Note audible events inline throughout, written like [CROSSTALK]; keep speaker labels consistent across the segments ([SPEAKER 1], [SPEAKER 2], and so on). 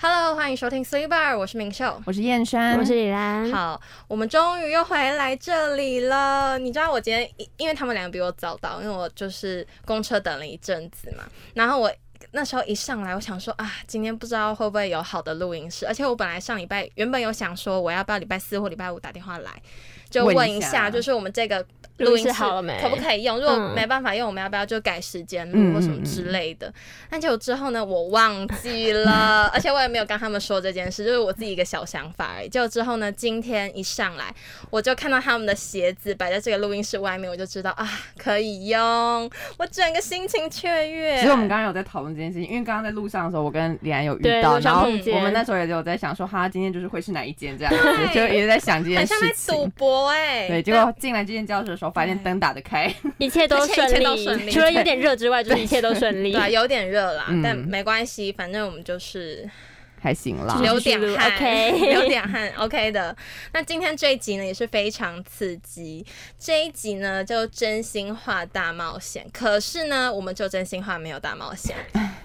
[SPEAKER 1] Hello，欢迎收听 Sleep Bar，我是明秀。
[SPEAKER 2] 我是燕山，
[SPEAKER 3] 我是李兰。
[SPEAKER 1] 好，我们终于又回来这里了。你知道我今天因因为他们两个比我早到，因为我就是公车等了一阵子嘛，然后我。那时候一上来，我想说啊，今天不知道会不会有好的录音室，而且我本来上礼拜原本有想说我要不要礼拜四或礼拜五打电话来，就
[SPEAKER 2] 问一
[SPEAKER 1] 问一
[SPEAKER 2] 下
[SPEAKER 1] 下，就是我们这个
[SPEAKER 3] 录
[SPEAKER 1] 录音
[SPEAKER 3] 音室
[SPEAKER 1] 室
[SPEAKER 3] 好了没
[SPEAKER 1] 可不可以用？如果
[SPEAKER 3] 嗯
[SPEAKER 1] 没办法用，我们要不要就改时间
[SPEAKER 2] 嗯
[SPEAKER 1] 录或什么之类的？但结果之后呢，我忘记
[SPEAKER 2] [LAUGHS]
[SPEAKER 1] 了，而且我也没有跟他们说这件事，就是我自己一个小想法而已。结果之后呢，今天一上来，我就看到他们的鞋子摆在这个录音室外面，我就知道啊，可以用，我整个心情雀跃。
[SPEAKER 2] 其实我们刚刚有在讨论这件事情，因为刚刚在路上的时候，我跟李安有遇
[SPEAKER 3] 对，
[SPEAKER 2] 到，
[SPEAKER 3] 路
[SPEAKER 2] 然
[SPEAKER 3] 上
[SPEAKER 2] 后
[SPEAKER 3] 碰见
[SPEAKER 2] 我们那时候也有在想说，哈，今天就是会是哪一间这样
[SPEAKER 1] 对
[SPEAKER 2] 子，就也在想这件
[SPEAKER 1] 很像在
[SPEAKER 2] 事
[SPEAKER 1] 赌
[SPEAKER 2] 情。
[SPEAKER 1] 博哎、
[SPEAKER 2] 对，结果进来这间教室的时候，发现灯打得开，
[SPEAKER 3] 一切都
[SPEAKER 1] 而且一
[SPEAKER 3] 顺
[SPEAKER 1] 切都
[SPEAKER 3] 利，
[SPEAKER 1] 顺利
[SPEAKER 3] 除了有点热之外，就是一切都顺利
[SPEAKER 1] [LAUGHS] 对。啊，有点热啦，
[SPEAKER 2] 嗯
[SPEAKER 1] 但没关系，反正我们就是
[SPEAKER 2] 还行啦。
[SPEAKER 1] 流
[SPEAKER 3] 继续
[SPEAKER 1] 点
[SPEAKER 3] 录
[SPEAKER 1] 汗
[SPEAKER 3] OK
[SPEAKER 1] [LAUGHS] 流点汗，OK 的。那今天这一集呢也是非常刺激，这一集呢就真心话大冒险。可是呢，我们就真心话没有大冒险，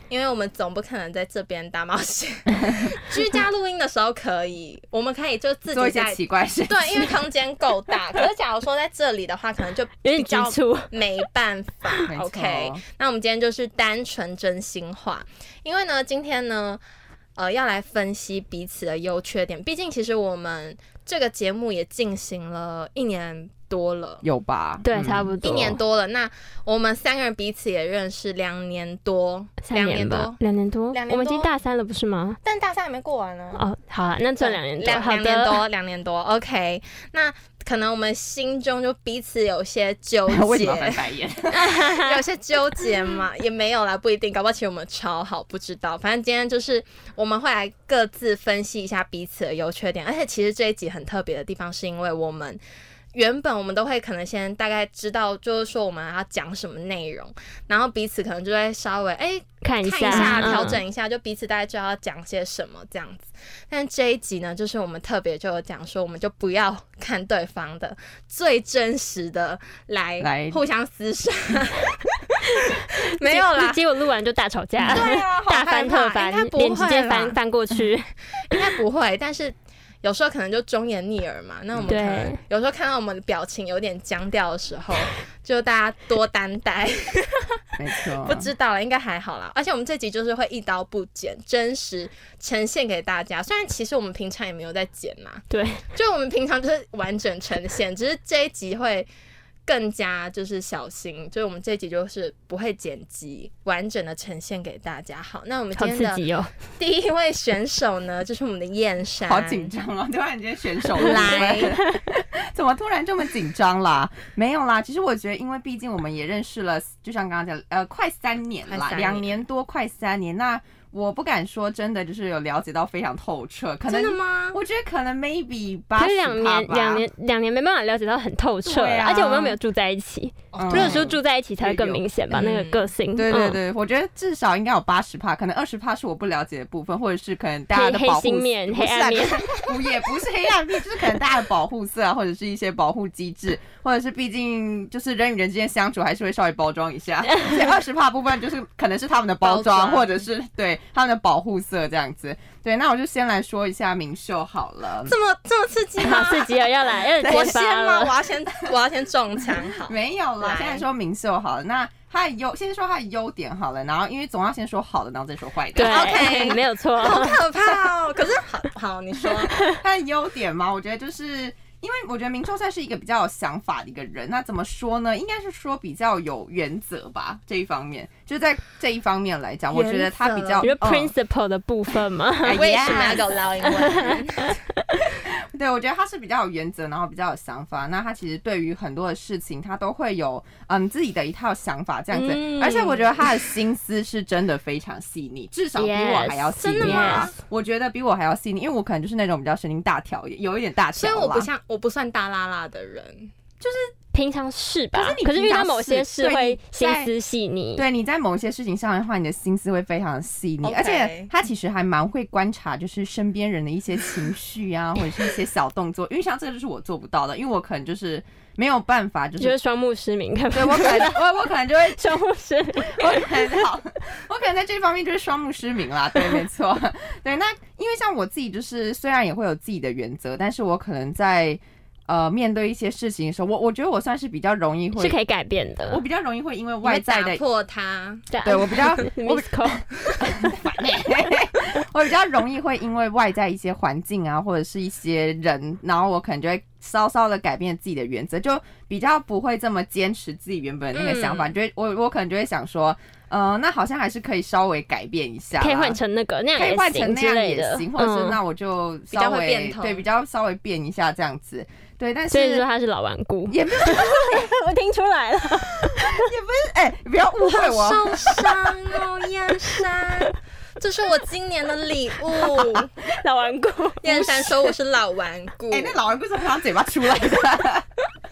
[SPEAKER 1] 因为我们总不可能在这边大冒险。 [LAUGHS] 居家录音的时候可以，我们可以就自
[SPEAKER 2] 做
[SPEAKER 1] 己
[SPEAKER 2] 一些
[SPEAKER 1] 在。
[SPEAKER 2] 奇怪事，
[SPEAKER 1] 对，因为空间够大，可是假如说在这里的话，可能就
[SPEAKER 3] 有
[SPEAKER 1] 比
[SPEAKER 3] 点急
[SPEAKER 1] 较
[SPEAKER 3] 促，
[SPEAKER 1] 没办法
[SPEAKER 2] 没错
[SPEAKER 1] ，OK。那我们今天就是单纯真心话，因为呢，今天呢，呃，要来分析彼此的优缺点。毕竟，其实我们这个节目也进行了一年多了。
[SPEAKER 2] 有吧？
[SPEAKER 3] 对，
[SPEAKER 2] 嗯
[SPEAKER 3] 差不多
[SPEAKER 1] 一年多了，那我们三个人彼此也认识两年多，
[SPEAKER 3] 三
[SPEAKER 1] 两
[SPEAKER 3] 年吧
[SPEAKER 1] 多，，
[SPEAKER 3] 两年多
[SPEAKER 1] 两年，多
[SPEAKER 3] 我们已经大三了，不是吗？
[SPEAKER 1] 但大三还没过完呢。
[SPEAKER 3] 哦，好啊，那算两年多，
[SPEAKER 1] 两
[SPEAKER 3] 好
[SPEAKER 1] 两年
[SPEAKER 3] 的，
[SPEAKER 1] 多，两年多，OK。那可能我们心中就彼此有些
[SPEAKER 3] [LAUGHS]
[SPEAKER 1] 纠
[SPEAKER 2] 为
[SPEAKER 1] 结
[SPEAKER 2] 什么要，翻白眼？
[SPEAKER 1] 有些纠结嘛，也没有啦，不一定，搞不好其实我们超好，不知道。反正今天就是我们会来各自分析一下彼此的优缺点，而且其实这一集很特别的地方，是因为我们。原本我们都会可能先大概知道，就是说我们要讲什么内容，然后彼此可能就会稍微哎、
[SPEAKER 3] 看一
[SPEAKER 1] 看一下，
[SPEAKER 3] 嗯
[SPEAKER 1] 调整一下，就彼此大概知道要讲些什么这样子。但这一集呢，就是我们特别就有讲说，我们就不要看对方的，最真实的来
[SPEAKER 2] 来
[SPEAKER 1] 互相厮
[SPEAKER 3] [LAUGHS]
[SPEAKER 1] 杀。没有啦，
[SPEAKER 3] 结果录完就大吵架，
[SPEAKER 1] 对啊，好
[SPEAKER 3] [LAUGHS] 大
[SPEAKER 1] 害怕
[SPEAKER 3] 翻特
[SPEAKER 1] 应该
[SPEAKER 3] 翻，
[SPEAKER 1] 不
[SPEAKER 3] 脸直接
[SPEAKER 1] 会
[SPEAKER 3] 翻
[SPEAKER 1] 啦，
[SPEAKER 3] 翻过去，
[SPEAKER 1] 应该不会，但是。有时候可能就忠言逆耳嘛，那我们可
[SPEAKER 3] [LAUGHS] 对
[SPEAKER 1] 能有时候看到我们的表情有点僵掉的时候，就大家多担待。
[SPEAKER 2] 没
[SPEAKER 3] [LAUGHS]
[SPEAKER 2] 错，
[SPEAKER 3] 啊
[SPEAKER 1] 不知道了，应该还好啦。而且我们这集就是会一刀不剪，真实呈现给大家。虽然其实我们平常也没有在剪嘛，
[SPEAKER 3] 对，
[SPEAKER 1] 就我们平常就是完整呈
[SPEAKER 3] [LAUGHS]
[SPEAKER 1] 现，只是这一集会更加就是小心，就是我们这一集就是不会剪辑，完整的呈现给大家。好，那我们
[SPEAKER 3] 好
[SPEAKER 1] 今天
[SPEAKER 3] 刺
[SPEAKER 1] 的
[SPEAKER 3] 激哦。
[SPEAKER 1] 第一位选手
[SPEAKER 3] [LAUGHS]
[SPEAKER 1] 呢，就是我们的燕山，
[SPEAKER 2] 好紧张哦！ [LAUGHS] 突然间选手了
[SPEAKER 1] 哎来，
[SPEAKER 2] 怎么 [LAUGHS] 突然这么紧张啦？没有啦，其实我觉得，因为毕竟我们也认识了，就像刚刚讲，呃，快三年
[SPEAKER 1] 快
[SPEAKER 2] 啦，
[SPEAKER 1] 三年
[SPEAKER 2] 两年多，快三年。那我不敢说真的，就是有了解到非常透彻，可
[SPEAKER 1] 真
[SPEAKER 2] 能
[SPEAKER 1] 的吗？
[SPEAKER 2] 我觉得可能 maybe 八
[SPEAKER 3] 可
[SPEAKER 2] 十
[SPEAKER 3] 是两
[SPEAKER 2] 吧
[SPEAKER 3] 年，两，年，两年没办法了解到很透彻
[SPEAKER 2] 对
[SPEAKER 3] 了，
[SPEAKER 2] 啊
[SPEAKER 3] 而且我们又没有住在一起，
[SPEAKER 2] 嗯
[SPEAKER 1] 哦
[SPEAKER 3] 如果说住在一起才会更明显吧，
[SPEAKER 1] 对
[SPEAKER 3] 那
[SPEAKER 1] 有
[SPEAKER 3] 个个性。
[SPEAKER 2] 对对
[SPEAKER 3] 嗯，
[SPEAKER 2] 对，我觉得至少应该有八十帕，可能二十帕是我不了解的部分，或者是可能大家的
[SPEAKER 3] 黑
[SPEAKER 2] 保
[SPEAKER 3] 黑
[SPEAKER 2] 护
[SPEAKER 3] 心面
[SPEAKER 2] 不是啊
[SPEAKER 3] 黑暗面，
[SPEAKER 2] [LAUGHS] 不也不是黑暗面，就是可能大家的保护色啊，或者是一些保护机制，或者是毕竟就是人与人之间相处还是会稍微包装一
[SPEAKER 3] [LAUGHS]
[SPEAKER 2] 下，所以二十帕部分就是可能是他们的包装，
[SPEAKER 1] 包装
[SPEAKER 2] 或者是对他们的保护色这样子。对，那我就先来说一下明秀好了。
[SPEAKER 1] 这么这么刺激
[SPEAKER 3] [LAUGHS] 好
[SPEAKER 1] 吗？
[SPEAKER 3] 刺激哦，要来，
[SPEAKER 1] [LAUGHS]
[SPEAKER 3] 要
[SPEAKER 1] 我
[SPEAKER 3] [LAUGHS] 揭
[SPEAKER 1] 先
[SPEAKER 3] 发
[SPEAKER 1] 吗？我
[SPEAKER 3] 了。
[SPEAKER 1] 要先我要先中枪好。
[SPEAKER 2] 没有啦，
[SPEAKER 1] 来
[SPEAKER 2] 现在说明秀好了。那他的优，先说他的优点好了，然后因为总要先说好的，然后再说坏的。
[SPEAKER 1] OK
[SPEAKER 3] 对，没有错。
[SPEAKER 1] 好可怕哦！可是好好，你
[SPEAKER 2] [LAUGHS]
[SPEAKER 1] 说，
[SPEAKER 2] 他的优点嘛，我觉得就是。因为我觉得明秀算是一个比较有想法的一个人，那怎么说呢？应该是说比较有原则吧，这一方面，就在这一方面来讲，我觉得他比较
[SPEAKER 3] 你说
[SPEAKER 2] 嗯
[SPEAKER 3] principle 的部分吗？
[SPEAKER 2] 哎
[SPEAKER 1] 为什么要
[SPEAKER 2] yes
[SPEAKER 1] 给我捞英
[SPEAKER 2] [LAUGHS]
[SPEAKER 1] 文？
[SPEAKER 2] 对，我觉得他是比较有原则，然后比较有想法。那他其实对于很多的事情，他都会有嗯自己的一套想法这样子。
[SPEAKER 3] 嗯
[SPEAKER 2] 而且我觉得他的心思是真的非常细腻，至少比我还要细腻
[SPEAKER 3] Yes，真的
[SPEAKER 2] 吧
[SPEAKER 3] 吗。
[SPEAKER 2] 我觉得比我还要细腻，因为我可能就是那种比较神经大条，有一点大
[SPEAKER 1] 所
[SPEAKER 2] 条啦。
[SPEAKER 1] 以我不像我不算大拉拉的人，
[SPEAKER 3] [LAUGHS] 平常是吧？
[SPEAKER 2] 可是你
[SPEAKER 3] 遇
[SPEAKER 2] 平
[SPEAKER 3] 到
[SPEAKER 2] 常
[SPEAKER 3] 某些
[SPEAKER 2] 是
[SPEAKER 3] 事
[SPEAKER 2] 对
[SPEAKER 3] 会
[SPEAKER 2] 你
[SPEAKER 3] 心
[SPEAKER 2] 在
[SPEAKER 3] 思细腻，
[SPEAKER 2] 对，你在某些事情上面的话，你的心思会非常的细腻
[SPEAKER 1] OK
[SPEAKER 2] 而且他其实还蛮会观察，就是身边人的一些情绪啊，或者是一些小动作。因为像这个就是我做不到的，因为我可能就是没有办法，就
[SPEAKER 3] 就是是双目失明，看
[SPEAKER 2] 对我可能我我可能就会
[SPEAKER 3] [LAUGHS] 双目失明，
[SPEAKER 2] 我可能好， [LAUGHS] 我可能在这方面就是双目失明啦。对，没错，对。那因为像我自己，就是虽然也会有自己的原则，但是我可能在呃面对一些事情的时候，我我觉得我算是比较容易
[SPEAKER 3] 是
[SPEAKER 2] 会，
[SPEAKER 3] 可以改变的
[SPEAKER 2] 我。比较容易会因为
[SPEAKER 1] 你会
[SPEAKER 2] 外在
[SPEAKER 1] 打
[SPEAKER 2] 的。
[SPEAKER 1] 破它。
[SPEAKER 3] 对啊
[SPEAKER 2] 对我比
[SPEAKER 3] [LAUGHS]
[SPEAKER 2] 较
[SPEAKER 3] m
[SPEAKER 2] 我
[SPEAKER 3] i s c o
[SPEAKER 2] [LAUGHS] 我比较容易会因为外在一些环境啊，或者是一些人，然后我可能就会稍稍的改变自己的原则，就比较不会这么坚持自己原本的那个想法。就会我我可能就会想说，呃，那好像还是可以稍微改变一下啦，
[SPEAKER 3] 可以换成那个那
[SPEAKER 2] 嗯
[SPEAKER 3] 样
[SPEAKER 2] 可以换
[SPEAKER 3] 也
[SPEAKER 2] 成
[SPEAKER 3] 行
[SPEAKER 2] 那
[SPEAKER 3] 之
[SPEAKER 2] 样
[SPEAKER 3] 类
[SPEAKER 2] 也
[SPEAKER 3] 的，
[SPEAKER 2] 行，或者是
[SPEAKER 3] 嗯，
[SPEAKER 2] 那我就
[SPEAKER 1] 比较
[SPEAKER 2] 稍
[SPEAKER 1] 会
[SPEAKER 2] 微
[SPEAKER 1] 变通
[SPEAKER 2] 对比较稍微变一下这样子，对，但
[SPEAKER 3] 所以说
[SPEAKER 2] 是
[SPEAKER 3] 他是老顽
[SPEAKER 2] [LAUGHS]
[SPEAKER 3] 固，
[SPEAKER 2] 也没有
[SPEAKER 3] 我听出来了，
[SPEAKER 2] 哎，不要误会 [LAUGHS] 我，
[SPEAKER 1] 好受伤哦，燕山，这是我今年的礼
[SPEAKER 2] [LAUGHS]
[SPEAKER 1] 物。
[SPEAKER 3] 老顽固，
[SPEAKER 1] 燕山说我是老顽固，
[SPEAKER 2] 哎、那老人不是从他嘴巴出来的， [LAUGHS]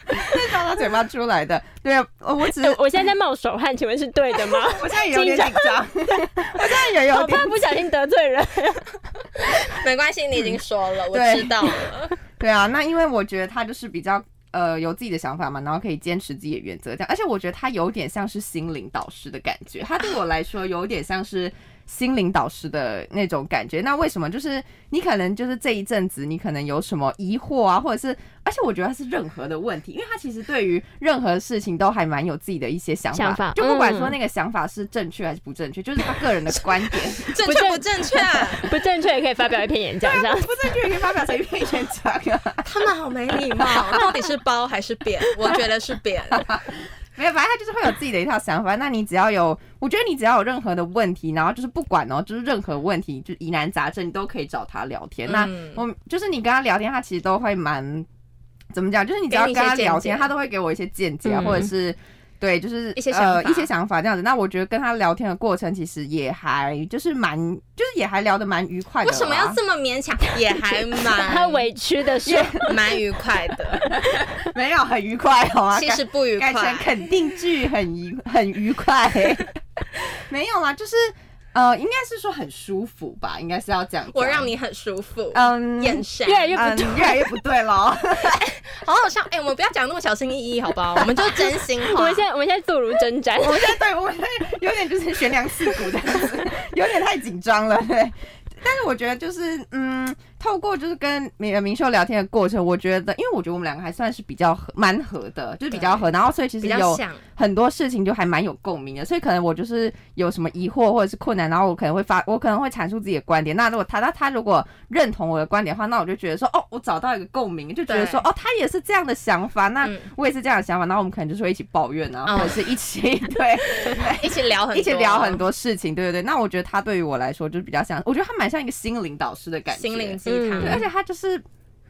[SPEAKER 2] 那是从他嘴巴出来的。对，呃我只是，
[SPEAKER 3] 哎我现在在冒手汗，请问是对的
[SPEAKER 2] [LAUGHS]
[SPEAKER 3] 吗？
[SPEAKER 2] 我现在也有点紧张， [LAUGHS] 我现在也有
[SPEAKER 3] 我
[SPEAKER 2] 点
[SPEAKER 3] 怕。不小心得
[SPEAKER 2] [LAUGHS]
[SPEAKER 3] 罪人，
[SPEAKER 1] 没关系，你已经说了，我
[SPEAKER 2] 嗯对
[SPEAKER 1] 知道
[SPEAKER 2] [LAUGHS]
[SPEAKER 1] 了。
[SPEAKER 2] 对啊，那因为我觉得他就是比较呃有自己的想法嘛，然后可以坚持自己的原则这样，而且我觉得他有点像是心灵导师的感觉，他对我来说有点像是。心灵导师的那种感觉，那为什么？就是你可能就是这一阵子，你可能有什么疑惑啊，或者是，而且我觉得他是任何的问题，因为他其实对于任何事情都还蛮有自己的一些想法，
[SPEAKER 3] 想法
[SPEAKER 2] 就不管
[SPEAKER 3] 嗯
[SPEAKER 2] 说那个想法是正确还是不正确，就是他个人的观点， [LAUGHS]
[SPEAKER 1] 正确不正确？
[SPEAKER 3] 不正确也可以发表一篇演讲，这样
[SPEAKER 2] 不正确也可以发表随便演讲啊。
[SPEAKER 1] 他们好没礼貌， [LAUGHS] 到底是包还是扁？我觉得是扁。
[SPEAKER 2] 没有，反正他就是会有自己的一套想法。那你只要有，我觉得你只要有任何的问题，然后就是不管哦，就是任何问题，就是疑难杂症，你都可以找他聊天。那
[SPEAKER 1] 嗯
[SPEAKER 2] 我就是你跟他聊天，他其实都会蛮怎么讲，就是你只要
[SPEAKER 1] 给你一
[SPEAKER 2] 跟
[SPEAKER 1] 些
[SPEAKER 2] 他聊
[SPEAKER 1] 见
[SPEAKER 2] 天，
[SPEAKER 1] 解
[SPEAKER 2] 他都会给我一些见解啊，
[SPEAKER 3] 嗯
[SPEAKER 2] 或者是。对，就是
[SPEAKER 1] 一些想
[SPEAKER 2] 呃
[SPEAKER 1] 法
[SPEAKER 2] 一些想法这
[SPEAKER 1] 嗯
[SPEAKER 2] 样子。那我觉得跟他聊天的过程，其实也还就是蛮，就是也还聊得蛮愉快的
[SPEAKER 1] 为
[SPEAKER 2] 啊啦。
[SPEAKER 1] 什么要这么勉强？也还
[SPEAKER 3] 他
[SPEAKER 2] 啊
[SPEAKER 1] 蛮
[SPEAKER 3] 委屈的说，
[SPEAKER 1] 蛮愉快的，
[SPEAKER 2] [LAUGHS] 没有很愉快好吗？
[SPEAKER 1] 其实不愉
[SPEAKER 2] 改成
[SPEAKER 1] 快。
[SPEAKER 2] 肯定句，很愉很愉快、 [LAUGHS] 没有啦，就是呃，应该是说很舒服吧，应该是要这样讲。
[SPEAKER 1] 我让你很舒服，
[SPEAKER 2] 嗯
[SPEAKER 1] 眼神
[SPEAKER 3] 越来越
[SPEAKER 2] 嗯越来越不对咯。
[SPEAKER 1] 好好笑。哎，我们不要讲那么小心翼翼，好不好？我们就真心
[SPEAKER 3] 我
[SPEAKER 1] 话
[SPEAKER 3] 们。现在我们现在坐如针
[SPEAKER 2] [LAUGHS]
[SPEAKER 3] 毡，
[SPEAKER 2] 我们现在 [LAUGHS] 对我们现在有点就是悬梁刺股这样子，有点太紧张了。对，但是我觉得就是嗯，透过就是跟明明秀聊天的过程，我觉得，因为我觉得我们两个还算是比较合，蛮合的，就是比较合。然后所以其实
[SPEAKER 1] 比
[SPEAKER 2] 有
[SPEAKER 1] 较像，
[SPEAKER 2] 很多事情就还蛮有共鸣的，所以可能我就是有什么疑惑或者是困难，然后我可能会发，我可能会阐述自己的观点。那如果他他他如果认同我的观点的话，那我就觉得说，哦，我找到一个共鸣，就觉得说，
[SPEAKER 1] 对
[SPEAKER 2] 哦，他也是这样的想法，那
[SPEAKER 1] 嗯
[SPEAKER 2] 我也是这样的想法，那我们可能就是会一起抱怨啊，
[SPEAKER 1] 嗯
[SPEAKER 2] 或者是一起
[SPEAKER 1] [LAUGHS]
[SPEAKER 2] 对
[SPEAKER 1] 一起聊很多，
[SPEAKER 2] 一起聊很多事情，对对对。那我觉得他对于我来说就是比较像，我觉得他蛮像一个心灵导师的感觉，
[SPEAKER 1] 心灵鸡
[SPEAKER 3] 嗯
[SPEAKER 1] 汤
[SPEAKER 2] 对，。而且他就是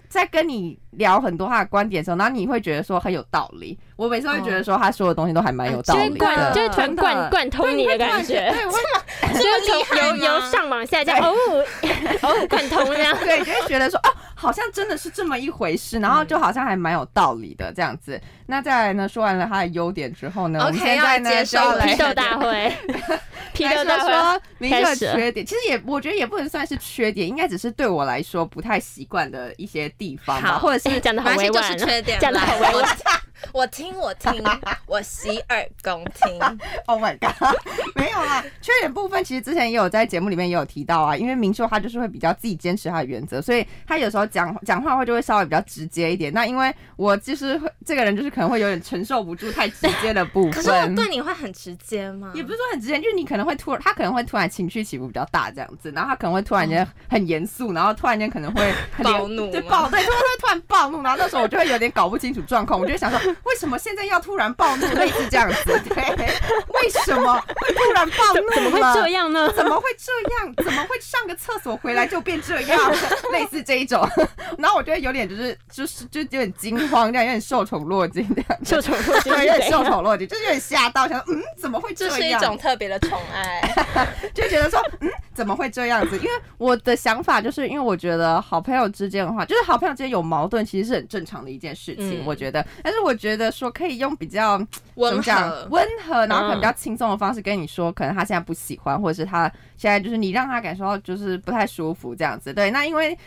[SPEAKER 2] 在跟你聊很多他的观点的时候，然后你会觉得说很有道理。我每次会觉得说他说的东西都还蛮有
[SPEAKER 1] 哦
[SPEAKER 2] 道
[SPEAKER 3] 就会
[SPEAKER 2] 理
[SPEAKER 1] 真
[SPEAKER 3] 贯，
[SPEAKER 1] 的
[SPEAKER 2] 的。
[SPEAKER 3] 就会突然
[SPEAKER 2] 真的
[SPEAKER 3] 贯
[SPEAKER 2] 对
[SPEAKER 3] 贯通你的
[SPEAKER 2] 会突然
[SPEAKER 3] 感觉，
[SPEAKER 2] 对，会
[SPEAKER 3] [LAUGHS] 就是
[SPEAKER 1] 厉
[SPEAKER 3] 从
[SPEAKER 1] 害
[SPEAKER 3] 由
[SPEAKER 1] 吗
[SPEAKER 3] 由上往下这样，
[SPEAKER 2] 对。
[SPEAKER 3] 哦， [LAUGHS] 哦，贯通这样
[SPEAKER 2] 对，就会觉得说哦，好像真的是这么一回事，然后
[SPEAKER 1] 嗯
[SPEAKER 2] 就好像还蛮有道理的这样子。那再来呢，说完了他的优点之后呢，
[SPEAKER 1] OK，
[SPEAKER 2] 我们现在
[SPEAKER 1] 要
[SPEAKER 2] 呢
[SPEAKER 1] 接
[SPEAKER 2] 就
[SPEAKER 1] 受
[SPEAKER 2] 要
[SPEAKER 1] 了
[SPEAKER 2] [LAUGHS]
[SPEAKER 3] [LAUGHS]
[SPEAKER 2] 来
[SPEAKER 3] 批斗大会，
[SPEAKER 2] [LAUGHS]
[SPEAKER 3] 批
[SPEAKER 2] 来
[SPEAKER 3] 斗大
[SPEAKER 2] 说
[SPEAKER 3] 会，
[SPEAKER 2] 说明秀的缺点，其实也我觉得也不能算是缺点，应该只是对我来说不太习惯的一些地方吧，
[SPEAKER 1] 好
[SPEAKER 2] 或者是
[SPEAKER 3] 哎讲的好
[SPEAKER 1] 没关
[SPEAKER 3] 委
[SPEAKER 1] 系，就
[SPEAKER 3] 婉
[SPEAKER 1] 是缺点啦，
[SPEAKER 3] 啊，讲的好委婉。
[SPEAKER 1] 我我听我听，我洗耳恭听。
[SPEAKER 2] [LAUGHS] Oh my god，没有啦。缺点部分其实之前也有在节目里面也有提到啊，因为明秀他就是会比较自己坚持他的原则，所以他有时候讲讲话会就会稍微比较直接一点。那因为我就是会这个人就是可能会有点承受不住太直接的部
[SPEAKER 1] 可是我
[SPEAKER 2] 分。
[SPEAKER 1] 对你会很直接吗？
[SPEAKER 2] 也不是说很直接，就是你可能会突然，他可能会突然情绪起伏比较大这样子，然后他可能会突然间很严肃，然后突然间可能会
[SPEAKER 1] 嗯暴怒
[SPEAKER 2] 对
[SPEAKER 1] 吗
[SPEAKER 2] 暴对，突然会突然暴怒，然后那时候我就会有点搞不清楚状况，我就会想说为什么现在要突然暴怒，类似这样
[SPEAKER 1] [LAUGHS]
[SPEAKER 2] 子，对，为什么会突然暴怒
[SPEAKER 3] 怎么会
[SPEAKER 2] 了
[SPEAKER 3] 这
[SPEAKER 2] [LAUGHS]
[SPEAKER 3] 样呢？
[SPEAKER 2] 怎么会这样？怎么会上个厕所回来就变这样？类似这一种， [LAUGHS] 然后我就会有点就是就是就有点惊慌，这样有点受宠若惊这样。
[SPEAKER 3] 受宠若
[SPEAKER 2] 就
[SPEAKER 3] 惊
[SPEAKER 2] 有
[SPEAKER 3] 是
[SPEAKER 2] 点
[SPEAKER 3] 怎
[SPEAKER 2] 受
[SPEAKER 3] 样？
[SPEAKER 2] 宠若惊，就是有点吓到，想说嗯，怎么会这
[SPEAKER 1] 这
[SPEAKER 2] 样？
[SPEAKER 1] 是一种特别的宠爱，
[SPEAKER 2] 就觉得说，嗯，怎么会这样子？因为我的想法就是，因为我觉得好朋友之间的话，就是好朋友之间有矛盾，其其实是很正常的一件事情，
[SPEAKER 1] 嗯
[SPEAKER 2] 我觉得。但是我觉得说可以用比较嗯怎
[SPEAKER 1] 温
[SPEAKER 2] 么
[SPEAKER 1] 和
[SPEAKER 3] 嗯
[SPEAKER 2] 讲，温和，然后可能比较轻松的方式跟你说，可能他现在不喜欢，或者是他现在就是你让他感受到就是不太舒服这样子。对，那因为。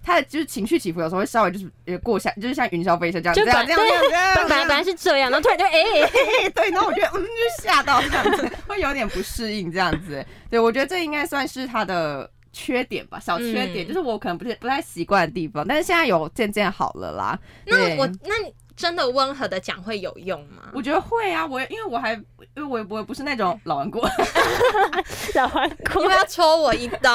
[SPEAKER 2] 他的就是情绪起伏，有时候会稍微就是呃过下，就是像云霄飞车这样，
[SPEAKER 3] 就
[SPEAKER 2] 这样这
[SPEAKER 3] 本
[SPEAKER 2] 样这样这样，
[SPEAKER 3] 本来本来是这样，然后突然就哎，
[SPEAKER 2] [LAUGHS] 对，然后我觉得嗯，就吓到这样子，会有点不适应这样子。对，我觉得这应该算是他的缺点吧，小缺点，
[SPEAKER 1] 嗯
[SPEAKER 2] 就是我可能不是不太习惯的地方，但是现在有渐渐好了啦。
[SPEAKER 1] 那
[SPEAKER 2] 对
[SPEAKER 1] 我那你真的温和的讲会有用吗？
[SPEAKER 2] 我觉得会啊，我因为我还因为我我也不是那种老顽固，
[SPEAKER 1] [LAUGHS]
[SPEAKER 3] 老顽固
[SPEAKER 1] 你不，要戳我一刀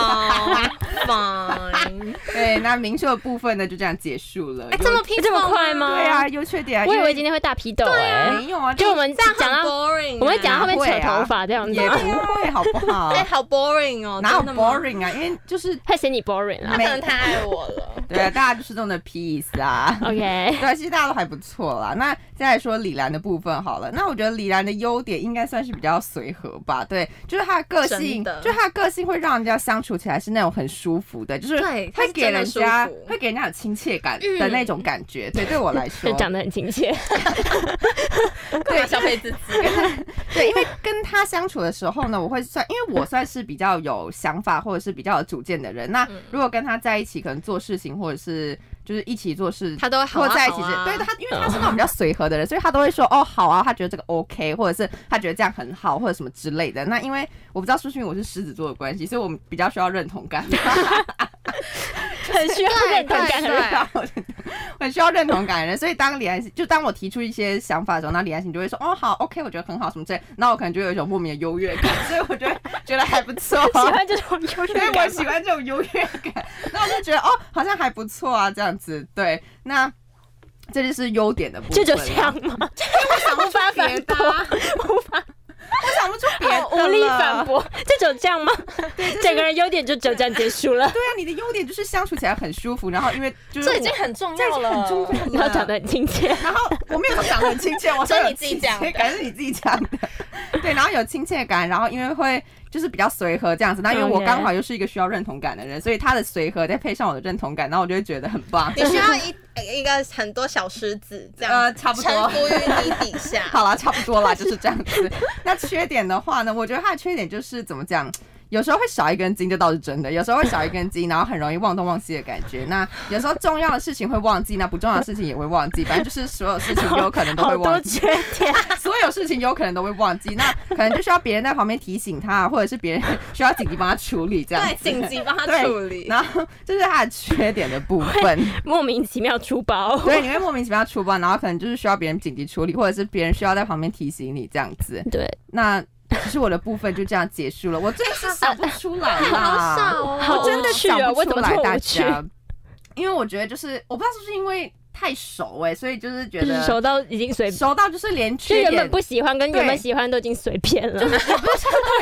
[SPEAKER 1] ，fine。
[SPEAKER 2] 对，那明确的部分呢就这样结束了。
[SPEAKER 1] 哎，
[SPEAKER 2] 优
[SPEAKER 1] 这么拼
[SPEAKER 3] 这么快吗？
[SPEAKER 2] 对啊，优缺点啊，
[SPEAKER 3] 我以
[SPEAKER 2] 因
[SPEAKER 3] 为今天会大批斗哎，
[SPEAKER 2] 没有啊，
[SPEAKER 3] 就我们
[SPEAKER 1] 这样很
[SPEAKER 3] 讲到
[SPEAKER 1] boring，
[SPEAKER 3] 我们讲到后
[SPEAKER 1] 欸
[SPEAKER 3] 面扯头发这样子 [LAUGHS]
[SPEAKER 2] 也，不会好不好
[SPEAKER 1] [LAUGHS] 哎，？好 boring 哦，
[SPEAKER 2] 哪有
[SPEAKER 1] 真的吗
[SPEAKER 2] boring 啊？因为就是
[SPEAKER 3] 他嫌你 boring 啊
[SPEAKER 1] 他
[SPEAKER 3] 啦。
[SPEAKER 1] 可能太爱我 [LAUGHS] 了。
[SPEAKER 2] 对啊，大家就是这么的 peace 啊。
[SPEAKER 3] OK，
[SPEAKER 2] 对，其实大家都还不错啦。那再来说李兰的部分好了，那我觉得李兰的优点应该算是比较随和吧，对，就是她的个
[SPEAKER 1] 真
[SPEAKER 2] 性，
[SPEAKER 1] 的
[SPEAKER 2] 就是她的个性会让人家相处起来是那种很舒服的，就是
[SPEAKER 1] 对她
[SPEAKER 2] 会
[SPEAKER 1] 是
[SPEAKER 2] 给
[SPEAKER 1] 真的
[SPEAKER 2] 人
[SPEAKER 1] 舒
[SPEAKER 2] 家
[SPEAKER 1] 服嗯
[SPEAKER 2] 会给人家有亲切感的那种感觉。对，对我来说哦
[SPEAKER 3] [LAUGHS] 就，长得很亲切，
[SPEAKER 1] 对，消费自己。
[SPEAKER 2] [LAUGHS] 对，因为跟他相处的时候呢，我会算，
[SPEAKER 1] [LAUGHS]
[SPEAKER 2] 因为我算是比较有想法或者是比较有主见的人。
[SPEAKER 1] 嗯
[SPEAKER 2] 那如果跟他在一起，可能做事情或者是就是一起做事，
[SPEAKER 1] 他都会好啊
[SPEAKER 2] 或在一起是
[SPEAKER 1] 好啊
[SPEAKER 2] 对他，因为他是那种比较随和的人，所以他都会说哦好啊，他觉得这个 OK，或者是他觉得这样很好，或者什么之类的。那因为我不知道是不是因为我是狮子座的关系，所以我们比较需要认
[SPEAKER 1] [LAUGHS]
[SPEAKER 2] 同感。
[SPEAKER 3] 很需要认同感
[SPEAKER 1] 对
[SPEAKER 3] 的
[SPEAKER 1] 对
[SPEAKER 3] 人。
[SPEAKER 2] [LAUGHS] 很需要认同感的人，所以当李安就当我提出一些想法的时候，那李安就会说哦好 OK，我觉得很好什么之类，那我可能就有一种莫名的优越感，所以我就会觉得还不错。
[SPEAKER 3] [LAUGHS] 喜欢这种优
[SPEAKER 2] 所以
[SPEAKER 3] 越
[SPEAKER 2] 我
[SPEAKER 3] 感
[SPEAKER 2] 喜
[SPEAKER 3] 吗，
[SPEAKER 2] 欢这种优越感，那我就觉得哦，好像还不错啊，这样子。对，那这就是优点的部分
[SPEAKER 3] 这
[SPEAKER 2] 啦。
[SPEAKER 3] 就这样吗？
[SPEAKER 2] 我想
[SPEAKER 3] [LAUGHS]
[SPEAKER 2] 不出别的啊，
[SPEAKER 3] 无法
[SPEAKER 2] 我想不出别的了，
[SPEAKER 3] 无力反驳，这就这样吗？
[SPEAKER 2] 对，就是
[SPEAKER 3] 整个人优点就就这样结束
[SPEAKER 2] [LAUGHS]
[SPEAKER 3] 了，
[SPEAKER 2] 对啊，你的优点就是相处起来很舒服，然后因为就是
[SPEAKER 1] 这已
[SPEAKER 2] 我
[SPEAKER 1] 经很重
[SPEAKER 2] 这已
[SPEAKER 1] 要
[SPEAKER 2] 经
[SPEAKER 1] 了，
[SPEAKER 2] 很重要了，
[SPEAKER 3] 然后长得很亲切。
[SPEAKER 2] 然后我没有说长得很亲切，
[SPEAKER 1] [LAUGHS]
[SPEAKER 2] 我
[SPEAKER 1] 这
[SPEAKER 2] 说
[SPEAKER 1] 是
[SPEAKER 2] 有
[SPEAKER 1] 你自己讲的
[SPEAKER 2] 亲切感是你自己讲的， [LAUGHS] 对，然后有亲切感，然后因为会就是比较随和这样子，那因为我
[SPEAKER 3] OK
[SPEAKER 2] 刚好又是一个需要认同感的人，所以他的随和再配上我的认同感，然后我就会觉得很棒。
[SPEAKER 1] 你需要一一个很多小狮子这样，
[SPEAKER 2] 呃，差不
[SPEAKER 1] 臣
[SPEAKER 2] 多
[SPEAKER 1] 服。于你底 [LAUGHS] 下。
[SPEAKER 2] 好啦，差不多啦， [LAUGHS] 就是这样子。那缺点的话呢，我觉得他的缺点就是怎么讲，有时候会少一根筋，这倒是真的；有时候会少一根筋，然后很容易忘东忘西的感觉。那有时候重要的事情会忘记，那不重要的事情也会忘记，反正就是所有事情有可能都
[SPEAKER 3] 好
[SPEAKER 2] [LAUGHS] 会
[SPEAKER 3] 多 [LAUGHS]
[SPEAKER 2] 忘记。
[SPEAKER 3] 缺点，
[SPEAKER 2] [LAUGHS] 所有事情有可能都会忘记，那可能就需要别人在旁边提醒他，或者是别人 [LAUGHS] 需要紧急帮他处理这样
[SPEAKER 1] 对，
[SPEAKER 2] 子。
[SPEAKER 1] 紧急帮他
[SPEAKER 2] 对
[SPEAKER 1] 处理。
[SPEAKER 2] 然后这是他的缺点的部
[SPEAKER 1] [LAUGHS]
[SPEAKER 2] 分，
[SPEAKER 3] 莫名其妙出包。
[SPEAKER 2] 对，你会莫名其妙出包，然后可能就是需要别人紧急处理，或者是别人需要在旁边提醒你这样子。
[SPEAKER 3] 对，
[SPEAKER 2] 那其实我的部分就这样结束了，我真的是想不出来啦，
[SPEAKER 1] 哦
[SPEAKER 3] 好
[SPEAKER 2] 我真的想不出来大
[SPEAKER 3] 无趣哦我怎么这么
[SPEAKER 2] 家，因为我觉得就是我不知道是不是因为太熟哎、所以就是觉
[SPEAKER 3] 就是
[SPEAKER 2] 得
[SPEAKER 3] 熟到已经随，
[SPEAKER 2] 熟到就是连
[SPEAKER 3] 就
[SPEAKER 2] 缺
[SPEAKER 3] 原本
[SPEAKER 2] 点
[SPEAKER 3] 不喜欢跟
[SPEAKER 2] 对
[SPEAKER 3] 原本喜欢都已经随便了。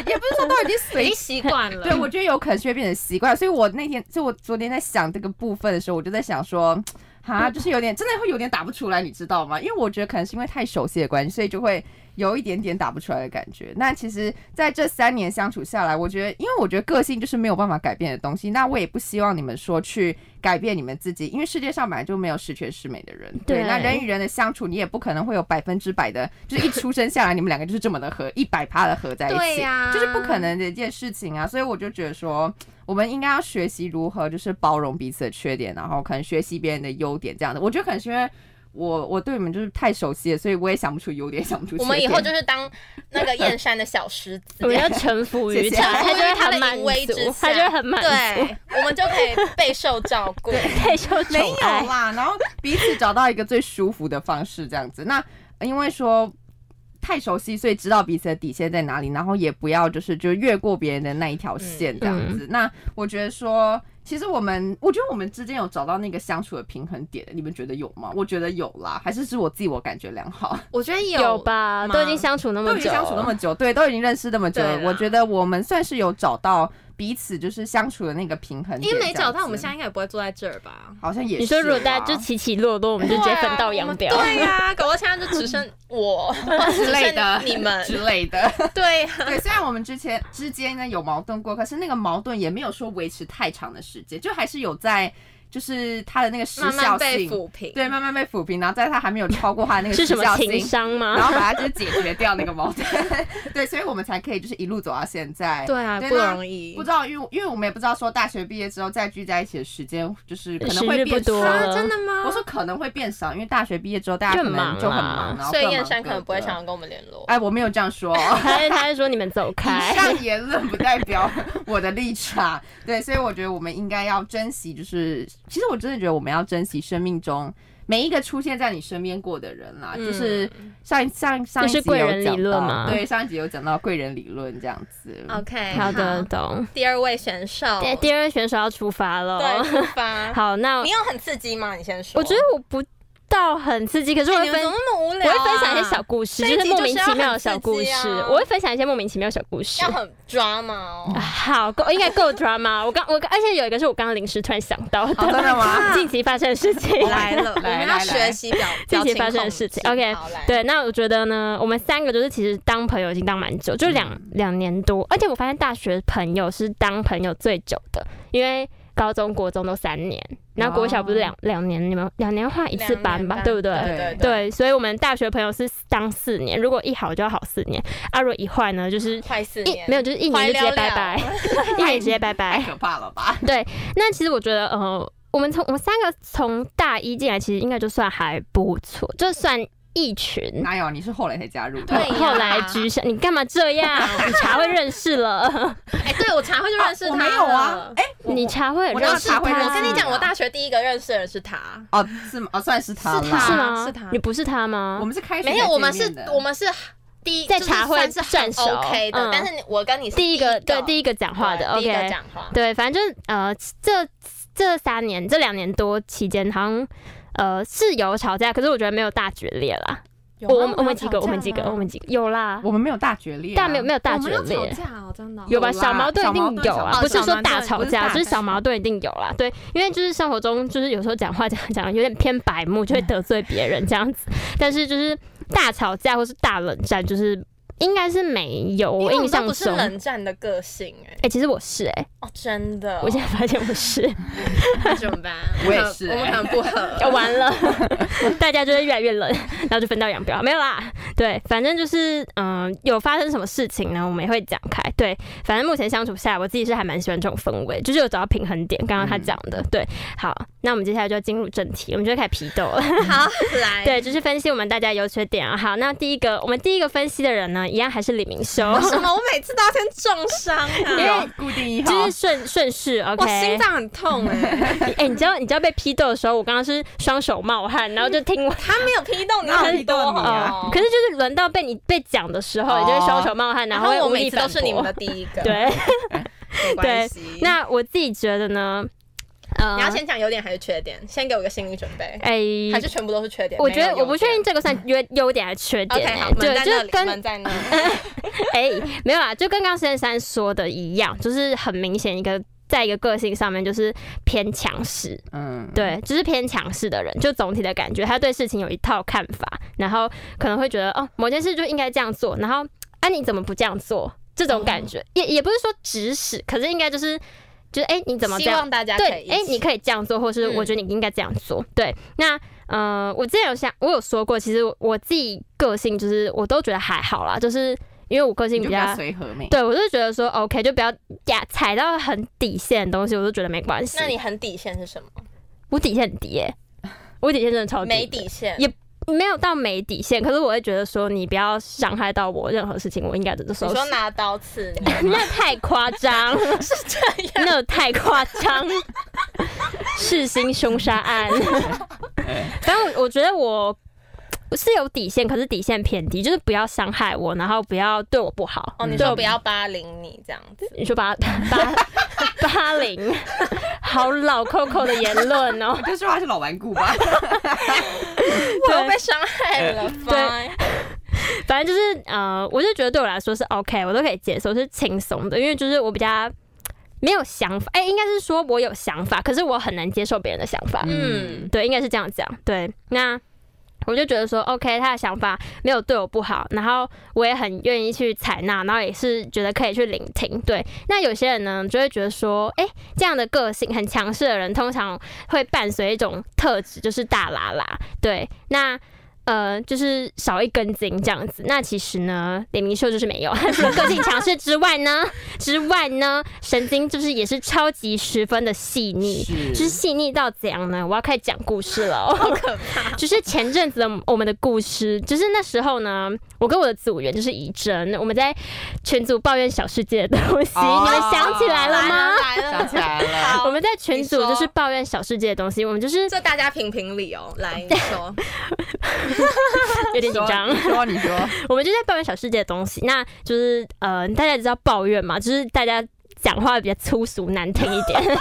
[SPEAKER 2] 也不是说都已经随
[SPEAKER 1] 已
[SPEAKER 2] [LAUGHS]
[SPEAKER 1] 经习惯了。
[SPEAKER 2] 对，我觉得有可能是会变成习惯，所以我那天就我昨天在想这个部分的时候，我就在想说，啊，就是有点真的会有点打不出来，你知道吗？因为我觉得可能是因为太熟悉的关系，所以就会有一点点打不出来的感觉。那其实在这三年相处下来，我觉得，因为我觉得个性就是没有办法改变的东西，那我也不希望你们说去改变你们自己，因为世界上本来就没有十全十美的人。
[SPEAKER 3] 对，
[SPEAKER 2] 那人与人的相处，你也不可能会有百分之百的，就是一出生下来你们两个就是这么的合，一百趴的合在一起，
[SPEAKER 1] 对啊呀
[SPEAKER 2] 就是不可能的一件事情啊。所以我就觉得说，我们应该要学习如何就是包容彼此的缺点，然后可能学习别人的优点这样的。我觉得可能是因为。我我对你们就是太熟悉了，所以我也想不出优点，想不出缺
[SPEAKER 1] 我
[SPEAKER 2] 点。
[SPEAKER 1] 们以后就是当那个燕山的小狮子 [LAUGHS]
[SPEAKER 3] 我们要臣服于他，
[SPEAKER 1] 臣服
[SPEAKER 3] 他
[SPEAKER 1] 于
[SPEAKER 3] 就会
[SPEAKER 1] 啊他的
[SPEAKER 3] 很满
[SPEAKER 1] 淫威之
[SPEAKER 3] 足，
[SPEAKER 1] 下
[SPEAKER 3] 他就会很满足，
[SPEAKER 1] 对，我们就可以备受照顾。
[SPEAKER 3] 太受
[SPEAKER 2] 没
[SPEAKER 3] 宠
[SPEAKER 2] 有
[SPEAKER 3] 爱。
[SPEAKER 2] [LAUGHS] 啦，然后彼此找到一个最舒服的方式，这样子。那呃因为说太熟悉，所以知道彼此的底线在哪里，然后也不要就是就越过别人的那一条线这样子。那我觉得说，其实我们，我觉得我们之间有找到那个相处的平衡点，你们觉得有吗？我觉得有啦，还是是我自己我感觉良好。
[SPEAKER 1] 我觉得
[SPEAKER 3] 有？吧？
[SPEAKER 1] 吗
[SPEAKER 3] 都已经相处那
[SPEAKER 2] [LAUGHS]
[SPEAKER 3] 么
[SPEAKER 2] 都已
[SPEAKER 3] 久，
[SPEAKER 2] 经相处那么久，对，都已经认识那么久了
[SPEAKER 1] 对，啦
[SPEAKER 2] 我觉得我们算是有找到彼此就是相处的那个平衡点。
[SPEAKER 1] 因为没找到，我们现
[SPEAKER 2] 在
[SPEAKER 1] 在应该也不会坐在这儿吧？
[SPEAKER 2] 好像也是啊
[SPEAKER 3] 你说如果
[SPEAKER 2] 啦
[SPEAKER 3] 大
[SPEAKER 2] [LAUGHS]
[SPEAKER 3] 家就起起落落，我们就直接分道扬镳。
[SPEAKER 1] 啊对啊呀，搞到现在就只剩
[SPEAKER 3] [LAUGHS]
[SPEAKER 1] 我
[SPEAKER 2] 之类的
[SPEAKER 1] 只剩你们
[SPEAKER 2] 之类的。
[SPEAKER 1] 对呀，
[SPEAKER 2] [LAUGHS] 对，虽然我们之前之间呢有矛盾过，可是那个矛盾也没有说维持太长的时间，就还是有在就是它的那个时
[SPEAKER 1] 慢
[SPEAKER 2] 效
[SPEAKER 1] 慢被
[SPEAKER 2] 性，
[SPEAKER 1] 抚平。
[SPEAKER 2] 对，慢慢被抚平，然后在它还没有超过它的那个
[SPEAKER 3] 是
[SPEAKER 2] 时
[SPEAKER 3] 什么
[SPEAKER 2] 效
[SPEAKER 3] 情
[SPEAKER 2] 性，
[SPEAKER 3] 商
[SPEAKER 2] 然
[SPEAKER 3] 吗？
[SPEAKER 2] 后把它就是解决掉那个矛盾， [LAUGHS] 对，所以我们才可以就是一路走到现在。
[SPEAKER 1] 对啊，
[SPEAKER 2] 对
[SPEAKER 1] 不
[SPEAKER 2] 那
[SPEAKER 1] 容易
[SPEAKER 2] 不。知道，因为因为我们也不知道说大学毕业之后再聚在一起的时间，就是可
[SPEAKER 3] 时
[SPEAKER 2] 能会
[SPEAKER 3] 日不
[SPEAKER 2] 变
[SPEAKER 3] 多
[SPEAKER 2] 少。
[SPEAKER 1] 啊，真的吗？
[SPEAKER 2] 我说可能会变少，因为大学毕业之后大家
[SPEAKER 3] 就
[SPEAKER 2] 可能
[SPEAKER 3] 忙啊
[SPEAKER 2] 就很
[SPEAKER 3] 啦
[SPEAKER 2] 忙，然后
[SPEAKER 1] 所以
[SPEAKER 2] 各
[SPEAKER 1] 燕
[SPEAKER 2] 忙
[SPEAKER 1] 山可
[SPEAKER 2] 各
[SPEAKER 1] 能不会
[SPEAKER 2] 的
[SPEAKER 1] 想要跟我们联络。
[SPEAKER 2] 哎，我没有这样说。
[SPEAKER 3] 他就他就说你们走开
[SPEAKER 2] 以，上言论不代表我的立场，对，所以我觉得我们应该要珍惜，就是其实我真的觉得我们要珍惜生命中每一个出现在你身边过的人啦，
[SPEAKER 1] 嗯
[SPEAKER 2] 就是上一上上一集
[SPEAKER 3] 就是贵人
[SPEAKER 2] 有讲
[SPEAKER 3] 理论
[SPEAKER 2] 到
[SPEAKER 3] 嘛
[SPEAKER 2] 对，上一集有讲到贵人理论这样子。
[SPEAKER 1] OK，
[SPEAKER 3] 好的，，懂。
[SPEAKER 1] 第二位选手，
[SPEAKER 3] 对，第二选手要出发了
[SPEAKER 1] 哦对，。出发。
[SPEAKER 3] [LAUGHS] 好，那
[SPEAKER 1] 你有很刺激吗？你先说。
[SPEAKER 3] 我觉得我不到很刺激，可是我
[SPEAKER 1] 哎
[SPEAKER 3] 会
[SPEAKER 1] 你们
[SPEAKER 3] 分
[SPEAKER 1] 怎么那么无
[SPEAKER 3] 我
[SPEAKER 1] 聊、啊？
[SPEAKER 3] 会分享一些小故事，
[SPEAKER 1] 这一集
[SPEAKER 3] 就是莫名其妙的小故
[SPEAKER 1] 就是要
[SPEAKER 3] 事
[SPEAKER 1] 很刺激啊。
[SPEAKER 3] 我会分享一些莫名其妙的小故事啊
[SPEAKER 1] 要。很抓嘛哦。
[SPEAKER 3] 好，够应该够 drama。我刚我刚，而且有一个是我刚刚临时突然想到
[SPEAKER 2] 哦，真
[SPEAKER 3] 的，
[SPEAKER 2] 的吗？
[SPEAKER 3] [LAUGHS] 近期发生的事情。
[SPEAKER 1] 来
[SPEAKER 3] [LAUGHS]
[SPEAKER 1] 了，我
[SPEAKER 2] 来
[SPEAKER 1] 们
[SPEAKER 2] 来
[SPEAKER 1] 要
[SPEAKER 2] 来
[SPEAKER 1] 学习表
[SPEAKER 3] 近
[SPEAKER 1] 表
[SPEAKER 3] 期
[SPEAKER 1] 情
[SPEAKER 3] 发生的
[SPEAKER 1] 控
[SPEAKER 3] 事情
[SPEAKER 1] 制
[SPEAKER 3] OK，
[SPEAKER 1] 好来
[SPEAKER 3] 对，那我觉得呢，我们三个就是其实当朋友已经当蛮久，就两两、年多，而且我发现大学朋友是当朋友最久的，因为高中、国中都三年，然后国小不是两两、年，你们哦两年换一次班吧，对不对？
[SPEAKER 1] 对对
[SPEAKER 2] 对
[SPEAKER 1] 对，
[SPEAKER 3] 对，所以我们大学朋友是当四年，如果一好就要好四年，啊，如果一坏呢，就是
[SPEAKER 1] 坏四
[SPEAKER 3] 一
[SPEAKER 1] 年
[SPEAKER 3] 没有，就是一年就直接拜拜， [LAUGHS] 一年直接
[SPEAKER 2] 太
[SPEAKER 3] 拜拜。 [LAUGHS]
[SPEAKER 2] 可怕了吧？
[SPEAKER 3] 那其实我觉得，呃，我们从我们三个从大一进来，其实应该就算还不错，就算一群。
[SPEAKER 2] 哪有？你是后来才加入
[SPEAKER 1] 对
[SPEAKER 2] 的。哦
[SPEAKER 1] 呀
[SPEAKER 3] 后来居上，你干嘛这
[SPEAKER 1] [LAUGHS]
[SPEAKER 3] 样？你茶会认识了，
[SPEAKER 1] 哎，对我茶会就认识
[SPEAKER 2] 啊
[SPEAKER 1] 他
[SPEAKER 3] 哦
[SPEAKER 2] 我
[SPEAKER 1] 了
[SPEAKER 2] 没有啊。哎，我
[SPEAKER 3] 你茶会有
[SPEAKER 2] 我
[SPEAKER 3] 认
[SPEAKER 2] 让
[SPEAKER 3] 识
[SPEAKER 2] 茶会认
[SPEAKER 3] 他
[SPEAKER 2] 识
[SPEAKER 1] 我跟你讲，
[SPEAKER 2] 啊
[SPEAKER 1] 我大学第一个认识的人是他，
[SPEAKER 2] 哦，是吗？哦，算是他了。
[SPEAKER 1] 是他
[SPEAKER 3] 是
[SPEAKER 1] 是
[SPEAKER 3] 吗
[SPEAKER 1] 他？
[SPEAKER 3] 你不是他吗
[SPEAKER 2] 我？们是开学
[SPEAKER 1] 没有，
[SPEAKER 2] 才
[SPEAKER 1] 我们
[SPEAKER 2] 见
[SPEAKER 1] 是
[SPEAKER 2] 面的，
[SPEAKER 1] 我们是第一
[SPEAKER 3] 在
[SPEAKER 1] 就是
[SPEAKER 3] 茶会
[SPEAKER 1] 算是很
[SPEAKER 3] 转手
[SPEAKER 1] OK 的
[SPEAKER 3] 嗯，
[SPEAKER 1] 但是你我跟你是
[SPEAKER 3] 第一个对第
[SPEAKER 1] 一
[SPEAKER 3] 一个讲话的
[SPEAKER 1] 对第一个
[SPEAKER 3] ，OK，
[SPEAKER 1] 讲话，
[SPEAKER 3] 对，反正就是呃，这这三年这两年多期间，好像呃是有吵架，可是我觉得没有大决裂啦。
[SPEAKER 1] 有吗
[SPEAKER 3] 我我们几个，我们几个，我们几个有啦，
[SPEAKER 2] 我们没有大决裂啊，
[SPEAKER 3] 但没有没有大
[SPEAKER 1] 我
[SPEAKER 3] 决
[SPEAKER 1] 们要吵
[SPEAKER 3] 裂。
[SPEAKER 1] 架哦，真的哦。
[SPEAKER 3] 有吧？
[SPEAKER 2] 有啦
[SPEAKER 3] 小矛盾一定有
[SPEAKER 2] 小
[SPEAKER 1] 矛
[SPEAKER 3] 啊，
[SPEAKER 1] 盾
[SPEAKER 3] 不是
[SPEAKER 1] 小
[SPEAKER 3] 说
[SPEAKER 1] 矛盾
[SPEAKER 3] 大
[SPEAKER 2] 不
[SPEAKER 3] 吵架，
[SPEAKER 2] 是大
[SPEAKER 3] 就是小矛盾一定有啦。对，因为就是生活中，就是有时候讲话讲讲有点偏白目，就会得罪别人这样子。但是就是大吵架或是大冷战，就是应该是没有。
[SPEAKER 1] 因为
[SPEAKER 3] 我
[SPEAKER 1] 我
[SPEAKER 3] 印
[SPEAKER 1] 们都
[SPEAKER 3] 象
[SPEAKER 1] 不是
[SPEAKER 3] 中，哎、
[SPEAKER 1] 冷战的个性哎，
[SPEAKER 3] 其实我是哎、
[SPEAKER 1] 哦，真的哦，
[SPEAKER 3] 我现在发现我是。
[SPEAKER 1] 那怎么办？
[SPEAKER 2] [LAUGHS] 我也是
[SPEAKER 1] 我们
[SPEAKER 2] 哎
[SPEAKER 1] 可能不
[SPEAKER 3] [LAUGHS]
[SPEAKER 1] 合。
[SPEAKER 3] 要完了，大家就会越来越冷，然后就分道扬镳，没有啦。对，反正就是嗯、有发生什么事情呢，我们也会讲开。对，反正目前相处下来，我自己是还蛮喜欢这种氛围，就是有找到平衡点。刚刚他讲的，
[SPEAKER 1] 嗯
[SPEAKER 3] 对，好，那我们接下来就要进入正题，我们就开始批斗了。
[SPEAKER 1] 好，来，
[SPEAKER 3] 对，就是分析我们大家优缺点啊。好，那第一个，我们第一个分析的人呢，一样还是李
[SPEAKER 1] [LAUGHS]
[SPEAKER 3] 明修，
[SPEAKER 1] 为什么我每次都要先重伤啊？
[SPEAKER 3] [LAUGHS] 因为
[SPEAKER 2] 有固定一号
[SPEAKER 3] 就，是顺顺势
[SPEAKER 1] 我
[SPEAKER 3] ，OK。
[SPEAKER 1] 心脏很痛哎、
[SPEAKER 3] 哎、 [LAUGHS] 你知道你知道被批斗的时候，我刚刚是双手冒汗，然后就听完。
[SPEAKER 1] [LAUGHS] 他没有批斗你
[SPEAKER 2] 哪有
[SPEAKER 1] 很
[SPEAKER 2] 批
[SPEAKER 1] 多
[SPEAKER 2] 斗你啊
[SPEAKER 1] 哦，
[SPEAKER 3] 可是就是轮到被你被讲的时候，
[SPEAKER 2] 哦
[SPEAKER 3] 你就会双手冒汗，
[SPEAKER 1] 然
[SPEAKER 3] 后
[SPEAKER 1] 后
[SPEAKER 3] 会
[SPEAKER 1] 我
[SPEAKER 3] 无
[SPEAKER 1] 每
[SPEAKER 3] 力
[SPEAKER 1] 次都
[SPEAKER 3] 反
[SPEAKER 1] 是你们的
[SPEAKER 3] 驳。
[SPEAKER 1] 第一个，，
[SPEAKER 3] [LAUGHS] 对，啊
[SPEAKER 1] 没关系。
[SPEAKER 3] 那我自己觉得呢，呃，
[SPEAKER 1] 你要先讲优点还是缺点？先给我个心理准备，还
[SPEAKER 3] 哎，
[SPEAKER 1] 是全部都是缺点？
[SPEAKER 3] 我觉得我不确
[SPEAKER 1] 确
[SPEAKER 3] 定这个算优优点还是缺点、
[SPEAKER 1] OK，
[SPEAKER 3] 欸
[SPEAKER 1] 好，，
[SPEAKER 3] 对
[SPEAKER 1] 门，在
[SPEAKER 3] 就
[SPEAKER 1] 那
[SPEAKER 3] 是
[SPEAKER 1] 里，
[SPEAKER 3] 跟
[SPEAKER 1] 门在那里。
[SPEAKER 3] 哎、没有啦，就跟刚先生说的一样，就是很明显一个。在一个个性上面就是偏强势，
[SPEAKER 2] 嗯，
[SPEAKER 3] 对，就是偏强势的人，就总体的感觉，他对事情有一套看法，然后可能会觉得哦，某件事就应该这样做，然后啊你怎么不这样做？这种感觉、
[SPEAKER 1] 嗯
[SPEAKER 3] 也也不是说指使，可是应该就是就是哎、你怎么这
[SPEAKER 1] 希
[SPEAKER 3] 样？
[SPEAKER 1] 望大家可
[SPEAKER 3] 对
[SPEAKER 1] 以，一
[SPEAKER 3] 哎、
[SPEAKER 1] 起
[SPEAKER 3] 你可以这样做，或是
[SPEAKER 1] 嗯
[SPEAKER 3] 我觉得你应该这样做。对，那呃，我之前有想，我有说过，其实我我自己个性就是我都觉得还好啦，就是因为我个
[SPEAKER 2] 你
[SPEAKER 3] 性
[SPEAKER 2] 就
[SPEAKER 3] 比
[SPEAKER 2] 比
[SPEAKER 3] 较
[SPEAKER 2] 较。随和没？
[SPEAKER 3] 对，我就觉得说 OK，就不要呀踩到很底线的东西，我就觉得没关系。
[SPEAKER 1] 那你很底线是什么？
[SPEAKER 3] 我底线很低耶、我底线真的超低，
[SPEAKER 1] 没底线
[SPEAKER 3] 也。没有到没底线，可是我会觉得说你不要伤害到我任何事情，我应该的时
[SPEAKER 1] 你
[SPEAKER 3] 候
[SPEAKER 1] 说拿刀刺
[SPEAKER 3] [LAUGHS]
[SPEAKER 1] 你，
[SPEAKER 3] 那太夸
[SPEAKER 1] [LAUGHS]
[SPEAKER 3] 张，
[SPEAKER 1] 是这样。
[SPEAKER 3] 那太夸
[SPEAKER 1] [LAUGHS]
[SPEAKER 3] 张，弑心凶杀案。反正我我觉得我我是有底线，可是底线偏低，就是不要伤害我，然后不要对我不好。
[SPEAKER 1] 哦，你
[SPEAKER 3] 对
[SPEAKER 1] 说
[SPEAKER 3] 我
[SPEAKER 1] 不要霸凌你这样子，
[SPEAKER 3] 你说八八八零， [LAUGHS] 好老 Coco 的言论哦。
[SPEAKER 2] 我就说他是老顽固 [LAUGHS] 吧。
[SPEAKER 1] 我又被伤害了。fine
[SPEAKER 3] 反正就是呃，我就觉得对我来说是 OK，我都可以接受，是轻松的，因为就是我比较没有想法，哎、应该是说我有想法，可是我很难接受别人的想法，
[SPEAKER 1] 嗯，
[SPEAKER 3] 对，应该是这样讲，对，那。我就觉得说，OK，他的想法没有对我不好，然后我也很愿意去采纳，然后也是觉得可以去聆听。对，那有些人呢，就会觉得说，哎、这样的个性很强势的人，通常会伴随一种特质，就是大喇喇。对，那。呃，就是少一根筋这样子。那其实呢，李明秀就是没有，除了个性强势之外呢，之外呢，神经就是也是超级十分的细腻，就是细腻到怎样呢？我要开始讲故事了哦。
[SPEAKER 1] 好可怕！
[SPEAKER 3] 就是前阵子的我们的故事，就是那时候呢，我跟我的组员就是怡珍，我们在群组抱怨小世界的东西，
[SPEAKER 2] 哦
[SPEAKER 3] 你们想起来了吗？
[SPEAKER 1] 来了
[SPEAKER 2] 想起来了，
[SPEAKER 1] 好
[SPEAKER 3] 我们在群组
[SPEAKER 1] 哦你说
[SPEAKER 3] 就是抱怨小世界的东西，我们就是
[SPEAKER 1] 这大家评评理哦，来你
[SPEAKER 3] [LAUGHS]
[SPEAKER 1] 说，
[SPEAKER 3] 有点紧张
[SPEAKER 1] [LAUGHS]
[SPEAKER 2] 你。说你说，
[SPEAKER 3] 我们就在抱怨小世界的东西，那就是呃，大家知道抱怨嘛，就是大家讲话比较粗俗难听一
[SPEAKER 1] [LAUGHS]
[SPEAKER 3] 点，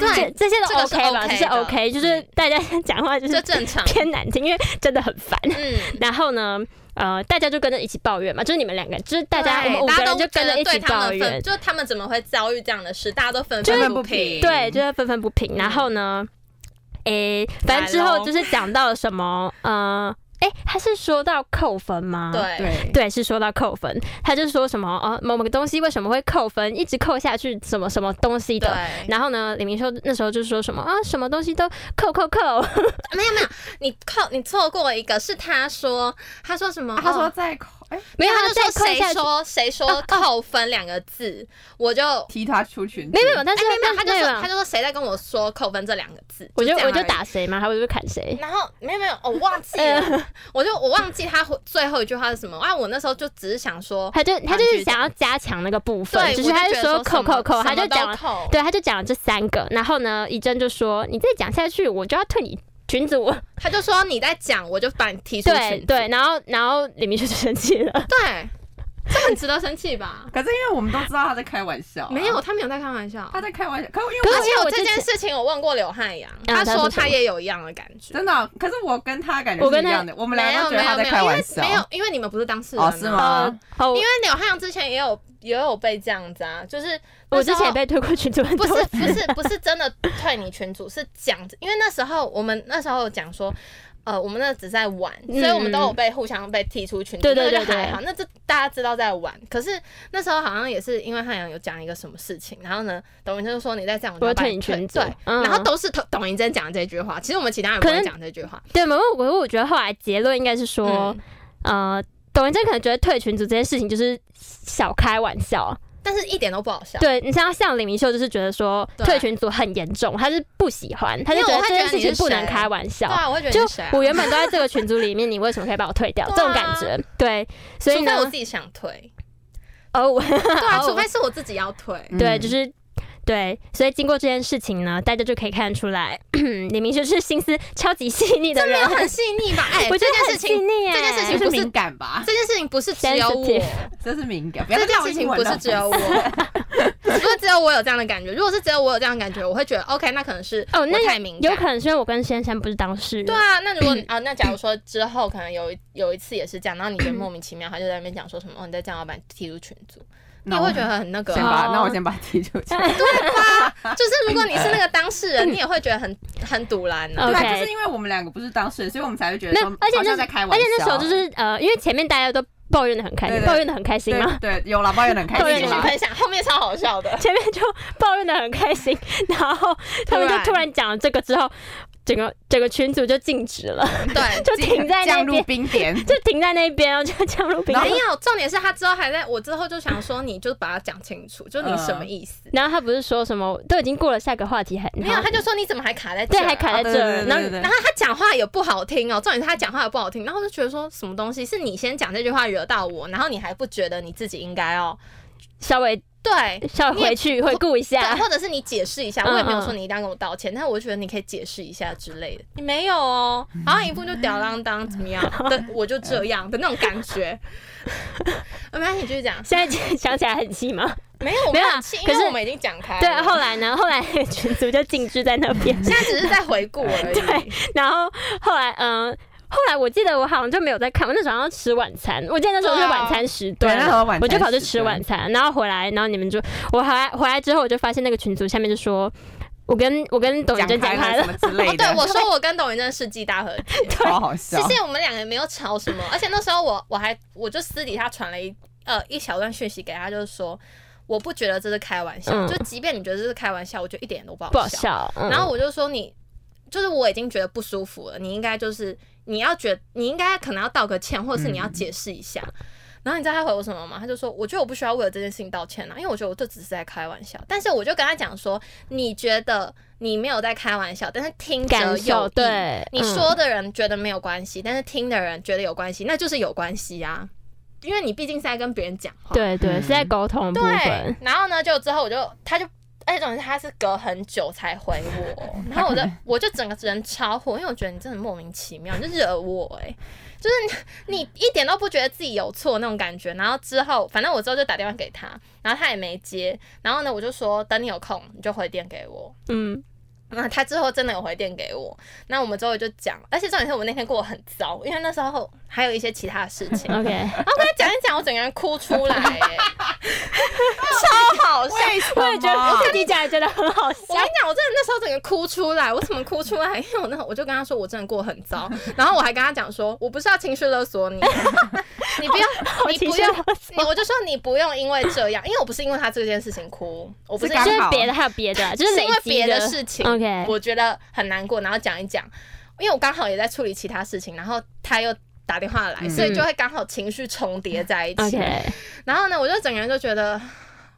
[SPEAKER 3] 这
[SPEAKER 1] 对，
[SPEAKER 3] 这些
[SPEAKER 1] 这
[SPEAKER 3] 都
[SPEAKER 1] 个是
[SPEAKER 3] OK 吧，
[SPEAKER 1] OK
[SPEAKER 3] 这些
[SPEAKER 1] 的
[SPEAKER 3] OK，就是大家讲话就
[SPEAKER 1] 这
[SPEAKER 3] 是
[SPEAKER 1] 正常。
[SPEAKER 3] 偏难听，因为真的很
[SPEAKER 1] [LAUGHS]
[SPEAKER 3] 烦。
[SPEAKER 1] 嗯，
[SPEAKER 3] 然后呢，呃，大家就跟着一起抱怨嘛，就是你们两个，就是大家我
[SPEAKER 1] 对
[SPEAKER 3] 们五
[SPEAKER 1] 大
[SPEAKER 3] 个
[SPEAKER 1] 家
[SPEAKER 3] 人
[SPEAKER 1] 都
[SPEAKER 3] 就跟着一
[SPEAKER 1] 觉得
[SPEAKER 3] 起
[SPEAKER 1] 对他们
[SPEAKER 3] 抱
[SPEAKER 1] 分
[SPEAKER 3] 怨，
[SPEAKER 1] 就他们怎么会遭遇这样的事，大家都愤
[SPEAKER 2] 就是
[SPEAKER 1] 愤不
[SPEAKER 2] 不平
[SPEAKER 1] 平。
[SPEAKER 3] 对，就是愤愤不
[SPEAKER 1] 嗯
[SPEAKER 3] 平。然后呢，诶、反正之
[SPEAKER 1] 来
[SPEAKER 3] 后
[SPEAKER 1] 咯
[SPEAKER 3] 就是讲到了什么，呃，诶、他是说到扣分吗？。
[SPEAKER 1] 对，
[SPEAKER 2] 对
[SPEAKER 3] 对，是说到扣分，他就说什么哦，某某个东西为什么会扣分，一直扣下去，什么什么东西的。
[SPEAKER 1] 对，
[SPEAKER 3] 然后呢，李明秀那时候就说什么啊，什么东西都扣扣扣，
[SPEAKER 1] 没有没有，你靠，你错过一个，是他说，他说什么？
[SPEAKER 2] 啊他说
[SPEAKER 1] 哦
[SPEAKER 2] 在口哎
[SPEAKER 3] 没有，
[SPEAKER 1] 他
[SPEAKER 3] 再
[SPEAKER 1] 就说
[SPEAKER 3] 扣
[SPEAKER 1] 谁
[SPEAKER 3] 下哦去，
[SPEAKER 1] 说谁说扣分两个字，我就
[SPEAKER 2] 踢他出群组，？
[SPEAKER 3] 没有没有，但是
[SPEAKER 1] 哎没有，他
[SPEAKER 3] 但
[SPEAKER 1] 就
[SPEAKER 3] 没有
[SPEAKER 1] 说他就说谁在跟我说扣分这两个字，
[SPEAKER 3] 我就
[SPEAKER 1] 这样
[SPEAKER 3] 我就
[SPEAKER 1] 而已。
[SPEAKER 3] 打谁嘛，还我就砍谁。
[SPEAKER 1] 然后没有没有，我忘
[SPEAKER 3] [LAUGHS]
[SPEAKER 1] 记
[SPEAKER 3] 呃
[SPEAKER 1] 了，我就我忘记他回最后一句话是什么啊？我那时候就只是想说，
[SPEAKER 3] 他就他就
[SPEAKER 1] 继
[SPEAKER 3] 是
[SPEAKER 1] 续
[SPEAKER 3] 想要加强那个部分，
[SPEAKER 1] 对，
[SPEAKER 3] 只
[SPEAKER 1] 我
[SPEAKER 3] 是他
[SPEAKER 1] 就觉
[SPEAKER 3] 就
[SPEAKER 1] 得
[SPEAKER 3] 说
[SPEAKER 1] 什
[SPEAKER 3] 扣
[SPEAKER 1] 么
[SPEAKER 3] 扣扣，
[SPEAKER 1] 什么
[SPEAKER 3] 他就
[SPEAKER 1] 都
[SPEAKER 3] 讲了，
[SPEAKER 1] 扣，
[SPEAKER 3] 对，他就讲了这三个。然后呢，怡珍就说：“你再讲下去，我就要退你群组。
[SPEAKER 1] 他就说你在讲，我就把你踢”出
[SPEAKER 3] 对
[SPEAKER 1] 群组
[SPEAKER 3] 对，然后然后李明秀就生气了。
[SPEAKER 1] 对，这很值得生气吧
[SPEAKER 3] [LAUGHS]
[SPEAKER 2] 可是因为我们都知道他在开玩
[SPEAKER 3] 哦
[SPEAKER 2] 笑啊，
[SPEAKER 1] 没有，他没有在开玩笑。
[SPEAKER 2] 他在开玩笑，可因为
[SPEAKER 3] 可
[SPEAKER 1] 而
[SPEAKER 3] 是
[SPEAKER 2] 我
[SPEAKER 1] 且
[SPEAKER 3] 因为我
[SPEAKER 1] 我这
[SPEAKER 3] 之
[SPEAKER 1] 件
[SPEAKER 3] 前
[SPEAKER 1] 事情我问过刘汉阳，
[SPEAKER 3] 啊
[SPEAKER 1] 他
[SPEAKER 3] 他说
[SPEAKER 1] 说
[SPEAKER 3] 什么
[SPEAKER 1] 他也有一样的感觉。
[SPEAKER 2] 真的啊，可是我跟他感
[SPEAKER 3] 我
[SPEAKER 2] 觉
[SPEAKER 3] 跟
[SPEAKER 2] 是一
[SPEAKER 3] 他
[SPEAKER 2] 样的，我们
[SPEAKER 1] 没
[SPEAKER 2] 两
[SPEAKER 1] 有
[SPEAKER 2] 个都觉
[SPEAKER 1] 没
[SPEAKER 2] 得
[SPEAKER 1] 有没有，
[SPEAKER 2] 他在开
[SPEAKER 1] 因
[SPEAKER 2] 玩
[SPEAKER 1] 为
[SPEAKER 2] 笑，
[SPEAKER 1] 没有，因为你们不是当事人啊
[SPEAKER 2] 哦是？吗？
[SPEAKER 3] 哦
[SPEAKER 1] 因为刘汉阳之前也有也有被这样子啊，就是那
[SPEAKER 3] 我
[SPEAKER 1] 时
[SPEAKER 3] 之
[SPEAKER 1] 候
[SPEAKER 3] 前也被推过群组很
[SPEAKER 1] [LAUGHS] 不
[SPEAKER 3] 多
[SPEAKER 1] 是不是不是真的退你群组，是讲，因为那时候我们那时候有讲说，呃，我们那只是在玩，
[SPEAKER 3] 嗯
[SPEAKER 1] 所以我们都有被互相被踢出群组，
[SPEAKER 3] 对对
[SPEAKER 1] 那就
[SPEAKER 3] 对对
[SPEAKER 1] 还好，那这大家知道在玩。可是那时候好像也是因为汉阳有讲一个什么事情，然后呢，董云珍就说你在这样，我就
[SPEAKER 3] 我
[SPEAKER 1] 要
[SPEAKER 3] 会
[SPEAKER 1] 把
[SPEAKER 3] 退
[SPEAKER 1] 你
[SPEAKER 3] 你
[SPEAKER 1] 退
[SPEAKER 3] 群组
[SPEAKER 1] 对，，
[SPEAKER 3] 嗯
[SPEAKER 1] 然后都是董董云珍讲的这句话，其实我们其他人不
[SPEAKER 3] 可能
[SPEAKER 1] 会讲这句话，
[SPEAKER 3] 对嘛？我我我觉得后来结论应该是说，
[SPEAKER 1] 嗯
[SPEAKER 3] 呃，董文珍可能觉得退群组这件事情就是小开玩笑。
[SPEAKER 1] 但是一点都不好笑。
[SPEAKER 3] 对你像像李明秀就是觉得说
[SPEAKER 1] 对
[SPEAKER 3] 退群组很严重，他是不喜欢，他就觉
[SPEAKER 1] 因为
[SPEAKER 3] 得
[SPEAKER 1] 我
[SPEAKER 3] 这
[SPEAKER 1] 会
[SPEAKER 3] 件事
[SPEAKER 1] 觉得
[SPEAKER 3] 情
[SPEAKER 1] 你是
[SPEAKER 3] 不能
[SPEAKER 1] 谁
[SPEAKER 3] 开玩笑
[SPEAKER 1] 对。啊，我会觉得
[SPEAKER 3] 就
[SPEAKER 1] 你是谁啊
[SPEAKER 3] 我原本都在这个群组里面，你为什么可以把我退掉？
[SPEAKER 1] 对啊
[SPEAKER 3] 这种感觉，对，所以
[SPEAKER 1] 除
[SPEAKER 3] 呢
[SPEAKER 1] 非，我自己想
[SPEAKER 3] [LAUGHS]
[SPEAKER 1] 退，
[SPEAKER 3] 哦，我
[SPEAKER 1] 对啊，
[SPEAKER 3] 哦
[SPEAKER 1] 除非是我自己要
[SPEAKER 3] [LAUGHS]
[SPEAKER 1] 退。
[SPEAKER 3] 对，
[SPEAKER 2] 嗯
[SPEAKER 3] 就是对，所以经过这件事情呢，大家就可以看出来， [CLEARS THROAT] 李明秀是心思超级细腻的
[SPEAKER 1] 这没
[SPEAKER 3] 人
[SPEAKER 1] 有，很细腻
[SPEAKER 3] [LAUGHS]
[SPEAKER 1] 吧？哎、
[SPEAKER 3] 啊我
[SPEAKER 1] 这
[SPEAKER 3] 觉得
[SPEAKER 1] 件
[SPEAKER 3] 很
[SPEAKER 1] 事
[SPEAKER 3] 细
[SPEAKER 1] 情
[SPEAKER 3] 腻耶，
[SPEAKER 1] 这件事情
[SPEAKER 2] 这
[SPEAKER 1] 不
[SPEAKER 2] 是
[SPEAKER 1] 是
[SPEAKER 2] 敏感吧？
[SPEAKER 1] 这件事情不是只有
[SPEAKER 3] Sensitive
[SPEAKER 1] 我，
[SPEAKER 3] [LAUGHS]
[SPEAKER 2] 这是敏感，不要
[SPEAKER 1] 这
[SPEAKER 2] 再
[SPEAKER 1] 件
[SPEAKER 2] 绕
[SPEAKER 1] 事
[SPEAKER 2] 英
[SPEAKER 1] 情
[SPEAKER 2] 文
[SPEAKER 1] 不
[SPEAKER 3] 啊
[SPEAKER 2] 了
[SPEAKER 1] 是只有我，不是只有我有这样的感觉。如果是只有我有这样的感觉，我会觉得 OK，那可能是
[SPEAKER 3] 哦，那
[SPEAKER 1] 我
[SPEAKER 3] 有
[SPEAKER 1] 太敏
[SPEAKER 3] 有
[SPEAKER 1] 感。
[SPEAKER 3] 可能是因为我跟先生不是当事人，
[SPEAKER 1] 对啊，那如
[SPEAKER 3] [CLEARS THROAT]
[SPEAKER 1] 果你啊，那假如说之后可能有一有一次也是这样，然后你觉得莫名其妙，他就在那边讲说什么哦，你再这样，要把你踢出群组，你
[SPEAKER 2] 那
[SPEAKER 1] 也
[SPEAKER 2] 我
[SPEAKER 1] 会觉得很那个
[SPEAKER 2] 先
[SPEAKER 1] 啊。
[SPEAKER 2] 把，
[SPEAKER 3] 哦
[SPEAKER 2] 那我先把它踢出去。
[SPEAKER 1] 就是如果你是那个当事
[SPEAKER 3] [LAUGHS]
[SPEAKER 1] 人，你也会觉得很很堵然呢。
[SPEAKER 3] OK
[SPEAKER 2] 对啊，就是因为我们两个不是当事人，所以我们才会觉得
[SPEAKER 3] 没有
[SPEAKER 2] 说，
[SPEAKER 3] 而且
[SPEAKER 2] 好
[SPEAKER 3] 那
[SPEAKER 2] 像在开
[SPEAKER 3] 而
[SPEAKER 2] 玩
[SPEAKER 3] 且
[SPEAKER 2] 笑。
[SPEAKER 3] 那时候就是呃，因为前面大家都抱怨的很开心，
[SPEAKER 2] 对对
[SPEAKER 3] 抱怨的很开心嘛
[SPEAKER 2] 对，对，有啦，抱怨得很开
[SPEAKER 3] 抱怨
[SPEAKER 1] 你
[SPEAKER 3] 得
[SPEAKER 1] 继
[SPEAKER 2] 心
[SPEAKER 1] 续
[SPEAKER 3] 很
[SPEAKER 2] 啦。
[SPEAKER 1] 分享，后面超好笑
[SPEAKER 3] [LAUGHS]
[SPEAKER 1] 的。
[SPEAKER 3] 前面就抱怨的很开心， [LAUGHS] 然后他们
[SPEAKER 1] 突
[SPEAKER 3] 就
[SPEAKER 1] 然
[SPEAKER 3] 突然讲了这个之后，整个整个群组就静止了，
[SPEAKER 1] 对，
[SPEAKER 3] 就停在那
[SPEAKER 2] 降入
[SPEAKER 3] 边，
[SPEAKER 2] 冰点，
[SPEAKER 3] [LAUGHS] 就停在那边，然后就降入冰
[SPEAKER 2] 然后
[SPEAKER 1] 没有，重点是他之后还在我之后就想说，你就把它讲清楚，就你什
[SPEAKER 2] 嗯
[SPEAKER 1] 么意思？
[SPEAKER 3] 然后他不是说什么都已经过了下个话题还
[SPEAKER 1] 没有，他就说你怎么还卡在这
[SPEAKER 3] 对
[SPEAKER 1] 儿啊？
[SPEAKER 3] 还卡在
[SPEAKER 2] 对
[SPEAKER 3] 这
[SPEAKER 2] 对
[SPEAKER 3] 儿，
[SPEAKER 2] 哦对
[SPEAKER 3] 然
[SPEAKER 2] 对
[SPEAKER 3] 后
[SPEAKER 2] 对
[SPEAKER 1] 然后他讲话也不好听哦，重点是他讲话也不好听，然后我就觉得说什么东西是你先讲这句话惹到我，然后你还不觉得你自己应该哦，
[SPEAKER 3] 稍微
[SPEAKER 1] 对
[SPEAKER 3] 稍微回去回顾一下
[SPEAKER 1] 对，，或者是你解释一下，
[SPEAKER 3] 啊嗯
[SPEAKER 1] 我也没有说你一定要跟我道歉，但是我觉得你可以解释一下之类的，你没有哦，好像一副就吊郎当怎么样的，我就这样的那种感觉。 [LAUGHS] 没关系，你继续讲，
[SPEAKER 3] 现在想起来很气吗？
[SPEAKER 1] 没有，我
[SPEAKER 3] 没
[SPEAKER 1] 们
[SPEAKER 3] 有啊
[SPEAKER 1] 很气，
[SPEAKER 3] 可
[SPEAKER 1] 因
[SPEAKER 3] 是
[SPEAKER 1] 为我们已经讲开了，
[SPEAKER 3] 对，后来呢？后来 [LAUGHS] 那个群组就静置在那边，
[SPEAKER 1] 现在只是在回顾而已。
[SPEAKER 3] [LAUGHS]
[SPEAKER 1] 哦
[SPEAKER 3] 对然后后来，嗯、后来我记得我好像就没有在看，我那时候好像吃晚餐，我记得那时候是晚餐时
[SPEAKER 2] 对
[SPEAKER 3] 段，
[SPEAKER 2] 那时候晚餐
[SPEAKER 3] 我就跑去
[SPEAKER 2] 时
[SPEAKER 3] 吃
[SPEAKER 2] 段
[SPEAKER 3] 晚餐，然后回来，然后你们就我回来回来之后，我就发现那个群组下面就说。我跟我跟董宇
[SPEAKER 2] 讲
[SPEAKER 3] 臻讲
[SPEAKER 2] 开了
[SPEAKER 3] 开了
[SPEAKER 2] 什，么之类
[SPEAKER 1] 哦，
[SPEAKER 2] 的，
[SPEAKER 1] 对，我说我跟董宇臻世纪大合体。
[SPEAKER 2] 超 [LAUGHS] 好笑
[SPEAKER 1] 其。
[SPEAKER 3] 啊
[SPEAKER 1] 实我们两个也没有吵什么，而且那时候我我还我就私底下传了一呃一小段讯息给他，就是说我不觉得这是开玩笑，
[SPEAKER 3] 嗯
[SPEAKER 1] 就即便你觉得这是开玩笑，我觉得一点都不好
[SPEAKER 3] 不好笑。嗯
[SPEAKER 1] 然后我就说你，就是我已经觉得不舒服了，你应该就是你要觉，你应该可能要道个歉，或者是你要解释一下。
[SPEAKER 3] 嗯
[SPEAKER 1] 然后你知道他回我什么吗？他就说：“我觉得我不需要为了这件事情道歉啊，因为我觉得我这只是在开玩笑。”但是我就跟他讲说：“你觉得你没有在开玩笑，但是听者
[SPEAKER 3] 感
[SPEAKER 1] 有
[SPEAKER 3] 受
[SPEAKER 1] 意
[SPEAKER 3] 对
[SPEAKER 1] 你
[SPEAKER 3] 嗯
[SPEAKER 1] 说的人觉得没有关系，但是听的人觉得有关系，那就是有关系啊，因为你毕竟是在跟别人讲话。”
[SPEAKER 3] 对对
[SPEAKER 2] 嗯
[SPEAKER 3] 是在沟通的部
[SPEAKER 1] 对
[SPEAKER 3] 分，，
[SPEAKER 1] 然后呢，就之后我就他就。而且总之他是隔很久才回我，然
[SPEAKER 3] [LAUGHS]
[SPEAKER 1] 后我就我就整个人超火，因为我觉得你真的莫名其妙，你就惹我哎、就是你你一点都不觉得自己有错那种感觉。然后之后反正我之后就打电话给他，然后他也没接，然后呢我就说等你有空你就回电给我，
[SPEAKER 3] 嗯，
[SPEAKER 1] 那啊他之后真的有回电给我，那我们之后就讲，而且重点是我们那天过得很糟，因为那时候还有一些其他的事
[SPEAKER 3] [LAUGHS]
[SPEAKER 1] 情，
[SPEAKER 3] OK，
[SPEAKER 1] 然后跟他讲一讲，我整个人哭出来、
[SPEAKER 3] [LAUGHS]
[SPEAKER 1] 欸，超好笑。
[SPEAKER 2] 为什么？
[SPEAKER 3] 我也 [LAUGHS] 觉得我自己讲也觉得很好
[SPEAKER 1] 我
[SPEAKER 3] 笑
[SPEAKER 1] 跟。你讲，我真的那时候整个哭出来。我怎么哭出来？因为我那我就跟他说，我真的过得很
[SPEAKER 3] [LAUGHS]
[SPEAKER 1] 糟。然后我还跟他讲说，我不是要情绪勒索你，你不用，你
[SPEAKER 3] 情
[SPEAKER 1] 不
[SPEAKER 3] 绪
[SPEAKER 1] 用
[SPEAKER 3] 勒，
[SPEAKER 1] 你我就说你不用因为这样，因为我不是因为他这件事情哭，我不是
[SPEAKER 2] 是刚
[SPEAKER 3] 就
[SPEAKER 1] 因为
[SPEAKER 3] 是
[SPEAKER 2] 好
[SPEAKER 3] 别的还有别的，嗯就是
[SPEAKER 1] 是因为
[SPEAKER 3] 累积
[SPEAKER 1] 别的事情
[SPEAKER 3] OK
[SPEAKER 1] 我觉得很难过，然后讲一讲，因为我刚好也在处理其他事情，然后他又打电话来，
[SPEAKER 2] 嗯
[SPEAKER 1] 所以就会刚好情绪重叠在一起。
[SPEAKER 3] OK
[SPEAKER 1] 然后呢，我就整个人就觉得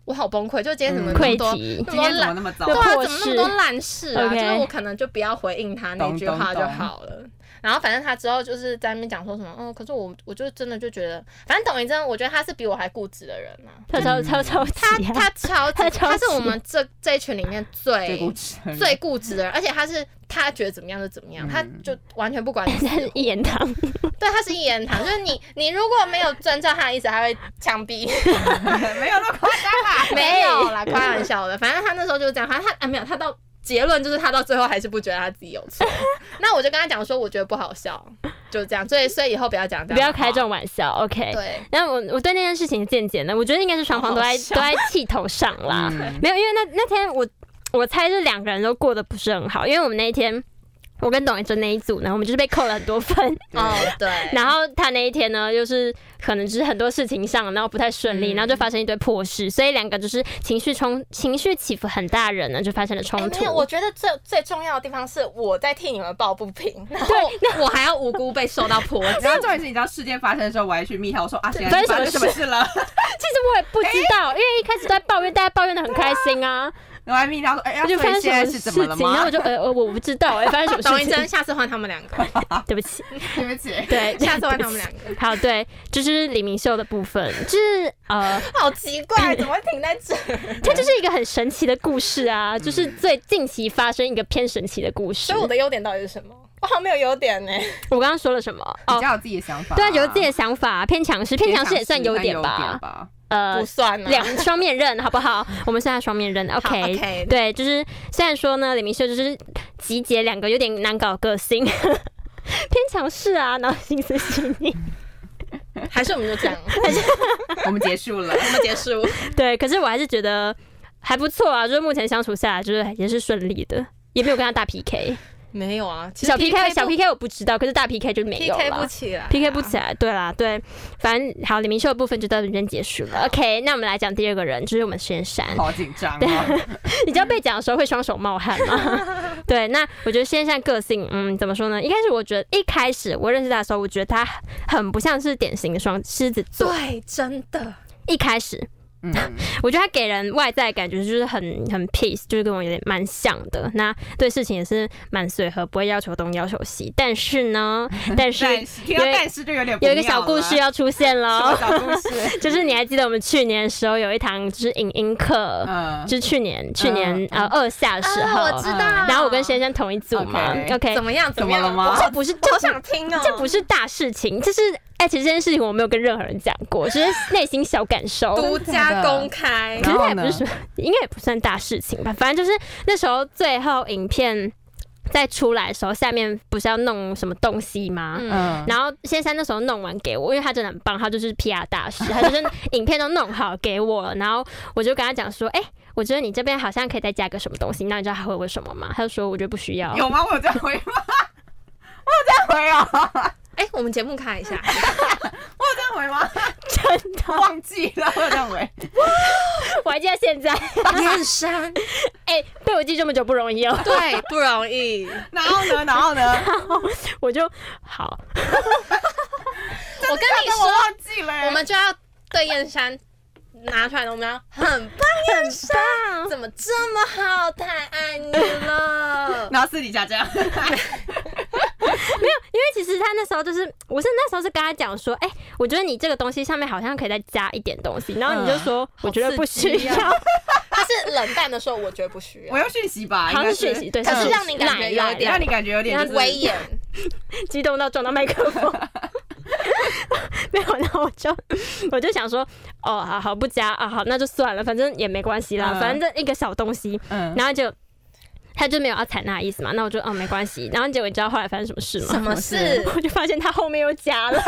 [SPEAKER 1] 我好崩溃，就今天怎么那么
[SPEAKER 3] 嗯溃
[SPEAKER 1] 多、嗯
[SPEAKER 3] 堤，
[SPEAKER 1] 那
[SPEAKER 2] 今
[SPEAKER 1] 么多
[SPEAKER 2] 天怎么
[SPEAKER 1] 烂，
[SPEAKER 2] 那么早
[SPEAKER 1] 对？啊，
[SPEAKER 3] 破
[SPEAKER 1] 怎么那么
[SPEAKER 3] 事
[SPEAKER 1] 多烂事啊
[SPEAKER 3] OK
[SPEAKER 1] 就是我可能就不要回应他那句话就好了。然后反正他之后就是在那边讲说什么，嗯，可是我我就真的就觉得，反正董一真，我觉得他是比我还固执的人啊。
[SPEAKER 3] 他超超超
[SPEAKER 1] 他
[SPEAKER 3] 级啊，
[SPEAKER 1] 他超级
[SPEAKER 3] [LAUGHS] 他超
[SPEAKER 1] 他
[SPEAKER 3] 级
[SPEAKER 1] 是我们这这一群里面
[SPEAKER 2] 最
[SPEAKER 1] 最
[SPEAKER 2] 固执
[SPEAKER 3] 嗯
[SPEAKER 2] 的人，
[SPEAKER 1] 最固执的人，而且他是他觉得怎么样就怎么样，
[SPEAKER 2] 嗯
[SPEAKER 1] 他就完全不 [LAUGHS] 管你
[SPEAKER 3] [LAUGHS]
[SPEAKER 1] 死
[SPEAKER 3] 他是一言堂，
[SPEAKER 1] 对，他是一言堂，就是你你如果没有遵照他的意思，他会枪毙。
[SPEAKER 2] [LAUGHS] 没有那么夸张
[SPEAKER 3] [LAUGHS]
[SPEAKER 2] 啦。
[SPEAKER 1] 没有啦，开玩笑的。反正他那时候就是这样，反正他啊没有，他到结论就是他到最后还是不觉得他自己有错。 [LAUGHS] 那我就跟他讲说，我觉得不好笑，就这样。所以所以以后不要讲这样，
[SPEAKER 3] 不要开这。种玩笑，OK。
[SPEAKER 1] 对，
[SPEAKER 3] 但我我对那件事情的见解呢，我觉得应该是双方都在
[SPEAKER 1] 好好
[SPEAKER 3] 都
[SPEAKER 1] 笑
[SPEAKER 3] 在气头上啦。
[SPEAKER 2] 嗯
[SPEAKER 3] 没有，因为那那天我我猜是两个人都过得不是很好，因为我们那一天我跟董一真那一组呢，我们就是被扣了很多分，
[SPEAKER 1] 哦对，
[SPEAKER 3] 然后他那一天呢，就是可能只是很多事情上，然后不太顺
[SPEAKER 1] 嗯
[SPEAKER 3] 利，然后就发生一堆破事，所以两个就是情绪冲情绪起伏很大的人呢，就发生了冲
[SPEAKER 1] 哎
[SPEAKER 3] 突
[SPEAKER 1] 没有，。我觉得最最重要的地方是我在替你们抱不平，然后我还要无辜被受到泼
[SPEAKER 2] 然后重点是，你知道事件发生的时候，我还去密他，我说啊，现
[SPEAKER 3] 发
[SPEAKER 2] 在
[SPEAKER 3] 生
[SPEAKER 2] 发生
[SPEAKER 3] 什
[SPEAKER 2] 什
[SPEAKER 3] 么
[SPEAKER 2] 么事了？
[SPEAKER 3] 其实我也不知道，因为一开始都在抱怨，大家抱怨的很开心啊，
[SPEAKER 2] [LAUGHS] 然后还密他说，哎呀，
[SPEAKER 3] 就
[SPEAKER 2] 所
[SPEAKER 3] 发
[SPEAKER 2] 以
[SPEAKER 3] 生
[SPEAKER 2] 现
[SPEAKER 3] 什
[SPEAKER 2] 在是
[SPEAKER 3] 么事
[SPEAKER 2] 怎么了
[SPEAKER 3] 情，然后
[SPEAKER 2] 吗
[SPEAKER 3] 我？就呃呃我不知道哎、发生什 [LAUGHS] 么
[SPEAKER 1] 董
[SPEAKER 3] 事
[SPEAKER 1] 一
[SPEAKER 3] 情
[SPEAKER 1] 真，？下次换他们两个，
[SPEAKER 3] 对不起，
[SPEAKER 1] 对不起，
[SPEAKER 3] 对，
[SPEAKER 1] 下次换他们两个。
[SPEAKER 3] 好，对，就是李明秀的部分，就是呃，
[SPEAKER 1] [LAUGHS] 好奇怪，怎么会停在这？
[SPEAKER 3] 它就是一个很神奇的故事啊，就是最近期发生一个偏神奇的故事。
[SPEAKER 1] 所以我的优点到底是什么？我好像没有优点呢。
[SPEAKER 3] 我刚刚说了什么？
[SPEAKER 2] [LAUGHS] 比
[SPEAKER 3] 哦，
[SPEAKER 2] 较有自己的想法，
[SPEAKER 3] 对啊，有自己的想法，偏强势，偏强势也算
[SPEAKER 2] 优
[SPEAKER 3] 优点吧
[SPEAKER 2] 吧？？
[SPEAKER 3] 呃
[SPEAKER 1] 不，算啊。
[SPEAKER 3] 两双面刃， [LAUGHS] 好不好？我们现在双面刃
[SPEAKER 1] 好
[SPEAKER 3] ，OK。
[SPEAKER 1] OK，
[SPEAKER 3] 对，就是虽然说呢，李明秀就是集结两个有点难搞的个性， [LAUGHS] 偏强势啊，然后心思细腻，
[SPEAKER 1] 还是我们就这样，
[SPEAKER 2] 我们结束
[SPEAKER 3] [LAUGHS]
[SPEAKER 2] 了，
[SPEAKER 1] 我们结束。
[SPEAKER 3] 对，可是我还是觉得还不错啊，就是目前相处下来，就是也是顺利的，也没有跟他大 PK。
[SPEAKER 1] [LAUGHS] 没有啊，其实
[SPEAKER 3] 小 PK
[SPEAKER 1] 不
[SPEAKER 3] 小 PK 我不知道，可是大 PK 就没有
[SPEAKER 1] PK 不
[SPEAKER 3] 了。
[SPEAKER 1] 起来
[SPEAKER 3] PK 不起来，对啦，对，反正好，李明秀的部分就到这边结束了。OK，那我们来讲第二个人，就是我们轩山。
[SPEAKER 2] 好紧张哦。
[SPEAKER 3] 你知道被讲的时候会双手冒汗吗？ [LAUGHS] 对，那我觉得现在个性，嗯，怎么说呢？一开始我觉得一开始我认识他的时候，我觉得他很不像是典型的双狮子座。
[SPEAKER 1] 对，哎真的，
[SPEAKER 3] 一开始
[SPEAKER 2] 嗯，
[SPEAKER 3] 我觉得他给人外在的感觉就是很很 peace，就是跟我有点蛮像的。那对事情也是蛮随和，不会要求东要求西。但是
[SPEAKER 2] [LAUGHS]
[SPEAKER 3] 呢，但 [LAUGHS] 是
[SPEAKER 2] 但是听到但是就有点不
[SPEAKER 3] 有一个
[SPEAKER 2] 妙
[SPEAKER 3] 小故事
[SPEAKER 2] 了
[SPEAKER 3] 要出
[SPEAKER 2] [LAUGHS]
[SPEAKER 3] 现哦
[SPEAKER 2] 什么小
[SPEAKER 3] 喽，
[SPEAKER 2] 故
[SPEAKER 3] [LAUGHS]
[SPEAKER 2] 事，
[SPEAKER 3] 就是你还记得我们去年的时候有一堂就是影音课，
[SPEAKER 2] 嗯
[SPEAKER 3] 就是去年去年
[SPEAKER 2] 嗯
[SPEAKER 3] 呃二下的时候，
[SPEAKER 1] 啊我知道。
[SPEAKER 3] 哦然后我跟先生同一组嘛
[SPEAKER 2] OK
[SPEAKER 3] ，OK，
[SPEAKER 1] 怎么样？
[SPEAKER 2] 怎
[SPEAKER 1] 么
[SPEAKER 2] 么
[SPEAKER 1] 样
[SPEAKER 2] 了吗
[SPEAKER 1] 我
[SPEAKER 3] 这不是这
[SPEAKER 1] 好
[SPEAKER 3] 不
[SPEAKER 1] 想听
[SPEAKER 3] [LAUGHS]
[SPEAKER 1] 哦，
[SPEAKER 3] 这不是大事情，这是哎，其实这件事情我没有跟任何人讲过，只是内心小
[SPEAKER 1] [LAUGHS]
[SPEAKER 3] 感受。
[SPEAKER 1] 独家公开
[SPEAKER 3] 可。是
[SPEAKER 2] 然
[SPEAKER 3] 它也
[SPEAKER 2] 后呢
[SPEAKER 3] 不是什么，应该也不算大事情吧。反正就是那时候最后影片在出来的时候，下面不是要弄什么东西吗？
[SPEAKER 1] 嗯
[SPEAKER 2] 嗯，
[SPEAKER 3] 然后先生那时候弄完给我，因为他真的很 [LAUGHS] 棒，他就是 PR 大师，他就是影片都弄好给我了。然后我就跟他讲说，哎、我觉得你这边好像可以再加个什么东西，那你知道他回我什么吗？他就说我觉得不需要。
[SPEAKER 2] 有吗？我有这样回吗？我有这样回哦、
[SPEAKER 1] 哎、我们节目看一下，
[SPEAKER 3] 嗯
[SPEAKER 2] 我有这样回吗？
[SPEAKER 3] 真的，
[SPEAKER 2] 忘记了，我有这样回。
[SPEAKER 3] 我还记得现在，
[SPEAKER 1] 燕
[SPEAKER 3] [LAUGHS]
[SPEAKER 1] 山，
[SPEAKER 3] 哎、被我记这么久不容易哦。 [LAUGHS]
[SPEAKER 1] 对，不容易。
[SPEAKER 2] 然后呢？然后呢？
[SPEAKER 3] 我就好，
[SPEAKER 1] 我跟你
[SPEAKER 2] 我
[SPEAKER 1] 说，
[SPEAKER 2] 忘记了、
[SPEAKER 1] 我们就要对燕山拿出来的，我们要很棒，
[SPEAKER 3] 很棒，
[SPEAKER 1] 怎么这么好？太爱你
[SPEAKER 3] [LAUGHS]
[SPEAKER 1] 了。
[SPEAKER 2] 然后私底下这样，
[SPEAKER 3] 因为其实他那时候就是，我是那时候是跟他讲说，哎、我觉得你这个东西上面好像可以再加一点东西，然后你就说、我觉得不需
[SPEAKER 1] 嗯好刺激
[SPEAKER 3] 要，
[SPEAKER 1] 啊他是冷淡的说，我觉得不需
[SPEAKER 2] 我
[SPEAKER 1] 要，
[SPEAKER 2] 用讯息吧，应该
[SPEAKER 3] 好
[SPEAKER 2] 嗯
[SPEAKER 3] 像是讯息，对，
[SPEAKER 1] 可是
[SPEAKER 3] 讯息
[SPEAKER 1] 让你感觉有
[SPEAKER 3] 来
[SPEAKER 1] 点
[SPEAKER 3] 来
[SPEAKER 2] 让你感觉有点、就是、
[SPEAKER 1] 威严。 [LAUGHS]
[SPEAKER 3] 激动到撞到麦克风。没有，然后我就我就想说，哦，好好不加啊，好那就算了，反正也没关系啦，
[SPEAKER 2] 嗯
[SPEAKER 3] 反正一个小东西，
[SPEAKER 2] 嗯，
[SPEAKER 3] 然后就他就没有要采纳的意思嘛，那我就哦没关系，然后结果你知道后来发生什么事
[SPEAKER 1] 什
[SPEAKER 3] 吗？
[SPEAKER 1] 么事？
[SPEAKER 3] [LAUGHS] 我就发现他后面又加
[SPEAKER 1] [LAUGHS]
[SPEAKER 3] 了，